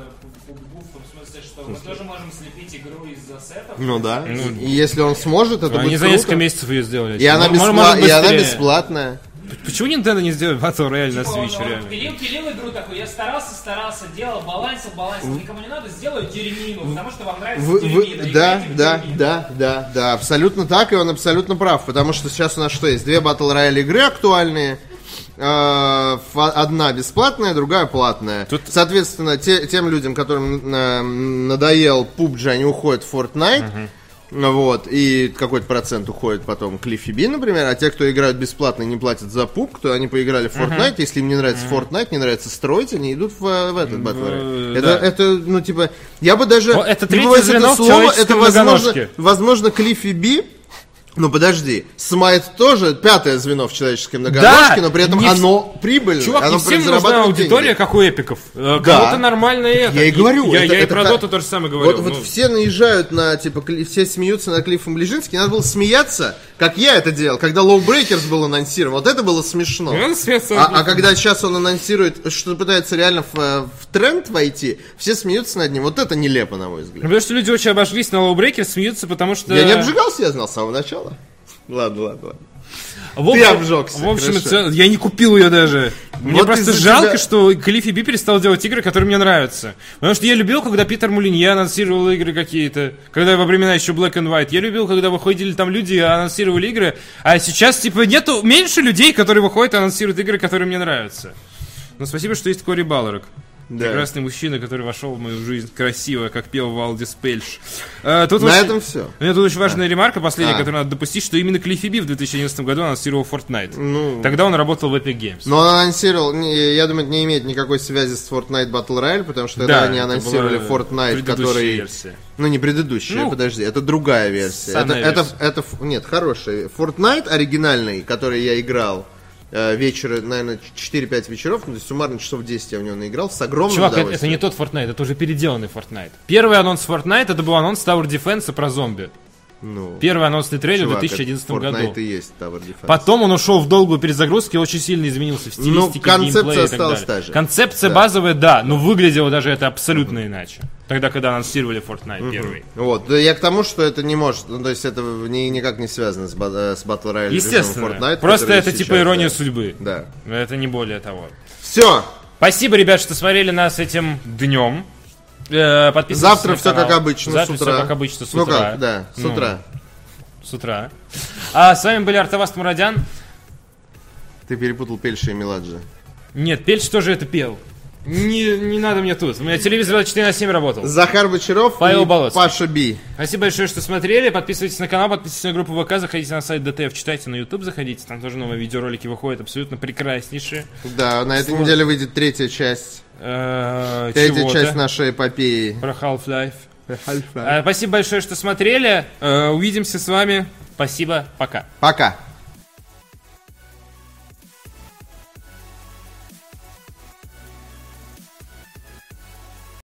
S3: PUBG, в том смысле, что мы тоже можем слепить игру из-за сетов.
S2: Ну да.
S1: Ну,
S2: И если он сможет, это
S1: Они
S2: будет
S1: за несколько
S2: круто.
S1: месяцев ее сделали.
S2: И она,
S1: М- может,
S2: беспла-
S1: может,
S2: и она
S1: быстрее.
S2: бесплатная.
S1: Почему Nintendo не сделает Battle Royale на
S3: Типа, он-
S1: Switch,
S3: он
S1: реально?
S3: Пилил, пилил игру такой, я старался, старался, делал, балансил, балансил, никому не надо, сделаю дерьмину, потому что вам нравится
S2: Вы- вы-
S3: дерьмина,
S2: да,
S3: играйте в
S2: да,
S3: дерьмину.
S2: да, да, да, абсолютно так, и он абсолютно прав, потому что сейчас у нас что есть? Две Battle Royale игры актуальные, э, фа- одна бесплатная, другая платная.
S1: Тут-
S2: Соответственно, те- тем людям, которым э, надоел PUBG, они уходят в Fortnite, Ну Вот, и какой-то процент уходит потом к Лифи Би, например, а те, кто играют бесплатно и не платят за пук, то они поиграли в Fortnite, если им не нравится Fortnite, не нравится строить, они идут в, э, в этот Battle Royale.
S1: да.
S2: Это, это, ну, типа, я бы даже... [laughs]
S1: О, это
S2: не
S1: третье
S2: побоюсь
S1: звено
S2: этого
S1: в
S2: слова,
S1: человеческой
S2: это возможно,
S1: многоножке.
S2: возможно, Клиффи Би, ну подожди, Смайт тоже пятое звено в человеческой многоножке, но при этом
S1: не вс-
S2: оно прибыльное.
S1: Чувак,
S2: оно
S1: не всем нужна
S2: зарабатывает
S1: аудитория,
S2: деньги.
S1: как у эпиков. Э, Кому-то нормально это.
S2: я и говорю,
S1: Я,
S2: это-
S1: я и
S2: это
S1: про
S2: та-
S1: Доту тоже самое говорил.
S2: Вот, вот
S1: ну.
S2: все наезжают на, типа, Кли- все смеются на Клиффом Ближинске, надо было смеяться, как я это делал, когда Лоу Брейкерс был анонсирован, вот это было смешно.
S1: Ну, соответственно,
S2: А, а когда сейчас он анонсирует, что пытается реально в, э, в тренд войти, все смеются над ним, вот это нелепо, на мой
S1: Ну,
S2: взгляд.
S1: потому что люди очень обожглись на лоубрекер, смеются, потому что...
S2: Я не обжигался, я знал с самого начала. Ладно, ладно, ладно.
S1: В общем-
S2: Ты обжегся,
S1: В общем,
S2: хорошо.
S1: это- я не купил ее даже. Мне
S2: Вот
S1: просто
S2: из-за
S1: жалко,
S2: тебя-
S1: что Клиффи Би перестал делать игры, которые мне нравятся. Потому что я любил, когда Питер Мулинье анонсировал игры какие-то, когда во времена еще Black and White. Я любил, когда выходили там люди и анонсировали игры, а сейчас, типа, нету меньше людей, которые выходят и анонсируют игры, которые мне нравятся. Но спасибо, что есть Кори Балларок.
S2: Да.
S1: Прекрасный мужчина, который вошел в мою жизнь красиво, как пел Валдис Пельш. Э, тут
S2: На
S1: очень-
S2: этом все.
S1: у меня тут очень важная ремарка, последняя,
S2: А.
S1: которую надо допустить, что именно Клиффи Би в 2011 году анонсировал Fortnite.
S2: Ну.
S1: Тогда он работал в Epic Games.
S2: Но он анонсировал, не, я думаю, это не имеет никакой связи с Fortnite Battle Royale, потому что
S1: Да,
S2: это они
S1: это
S2: анонсировали
S1: была
S2: Fortnite,
S1: предыдущая
S2: который...
S1: версия.
S2: Ну, не предыдущая,
S1: Ну,
S2: подожди, это другая версия. Это,
S1: ссаная
S2: это,
S1: версия.
S2: это, ф- нет, хорошая. Fortnite оригинальный, который я играл э, вечера, наверное, 4-5 вечеров, ну, то есть суммарно часов 10 я в него наиграл, с огромным
S1: Чувак, это, это
S2: удовольствием.
S1: не тот Fortnite, это уже переделанный Fortnite. Первый анонс Fortnite это был анонс Tower Defense про зомби.
S2: Ну,
S1: Первый анонсный трейлер в
S2: чувак,
S1: 2011
S2: это Fortnite
S1: году.
S2: и есть Tower Defense.
S1: Потом он ушел в долгую перезагрузку и очень сильно изменился в стилистике,
S2: Ну, концепция
S1: геймплея и так
S2: осталась
S1: далее.
S2: та же.
S1: Концепция
S2: Да.
S1: базовая, да, но выглядело даже это абсолютно иначе. Тогда, когда анонсировали Fortnite первый.
S2: Вот, да я к тому, что это не может, ну, то есть это ни- никак не связано с, ба- э, с Battle Royale режимом
S1: Естественно.
S2: Fortnite,
S1: просто
S2: который
S1: это
S2: сейчас,
S1: типа ирония
S2: да.
S1: судьбы.
S2: Да.
S1: Но это не более того.
S2: Все,
S1: Спасибо, ребят, что смотрели нас этим днем. Э, Подписывайтесь
S2: завтра
S1: на
S2: все
S1: канал.
S2: как обычно
S1: Завтра
S2: с утра.
S1: все как обычно с
S2: Ну
S1: утра.
S2: как, да, с
S1: Ну,
S2: утра.
S1: с утра. А с вами были Артаваст Мурадян.
S2: Ты перепутал Пельша и Меладжи.
S1: Нет, Пельч тоже это пел. Не, не надо мне тут. У меня телевизор 24 на 7 работал.
S2: Захар Бочаров
S1: Павел
S2: и
S1: Болоцкий.
S2: Паша Би.
S1: Спасибо большое, что смотрели. Подписывайтесь на канал, подписывайтесь на группу ВК, заходите на сайт ДТФ, читайте на YouTube, заходите. Там тоже новые видеоролики выходят, абсолютно прекраснейшие.
S2: Да, на этой неделе выйдет третья часть.
S1: Э,
S2: Третья
S1: чего-то.
S2: часть нашей эпопеи.
S1: Про Half-Life. Э, Спасибо большое, что смотрели. Э, Увидимся с вами. Спасибо. Пока.
S2: Пока.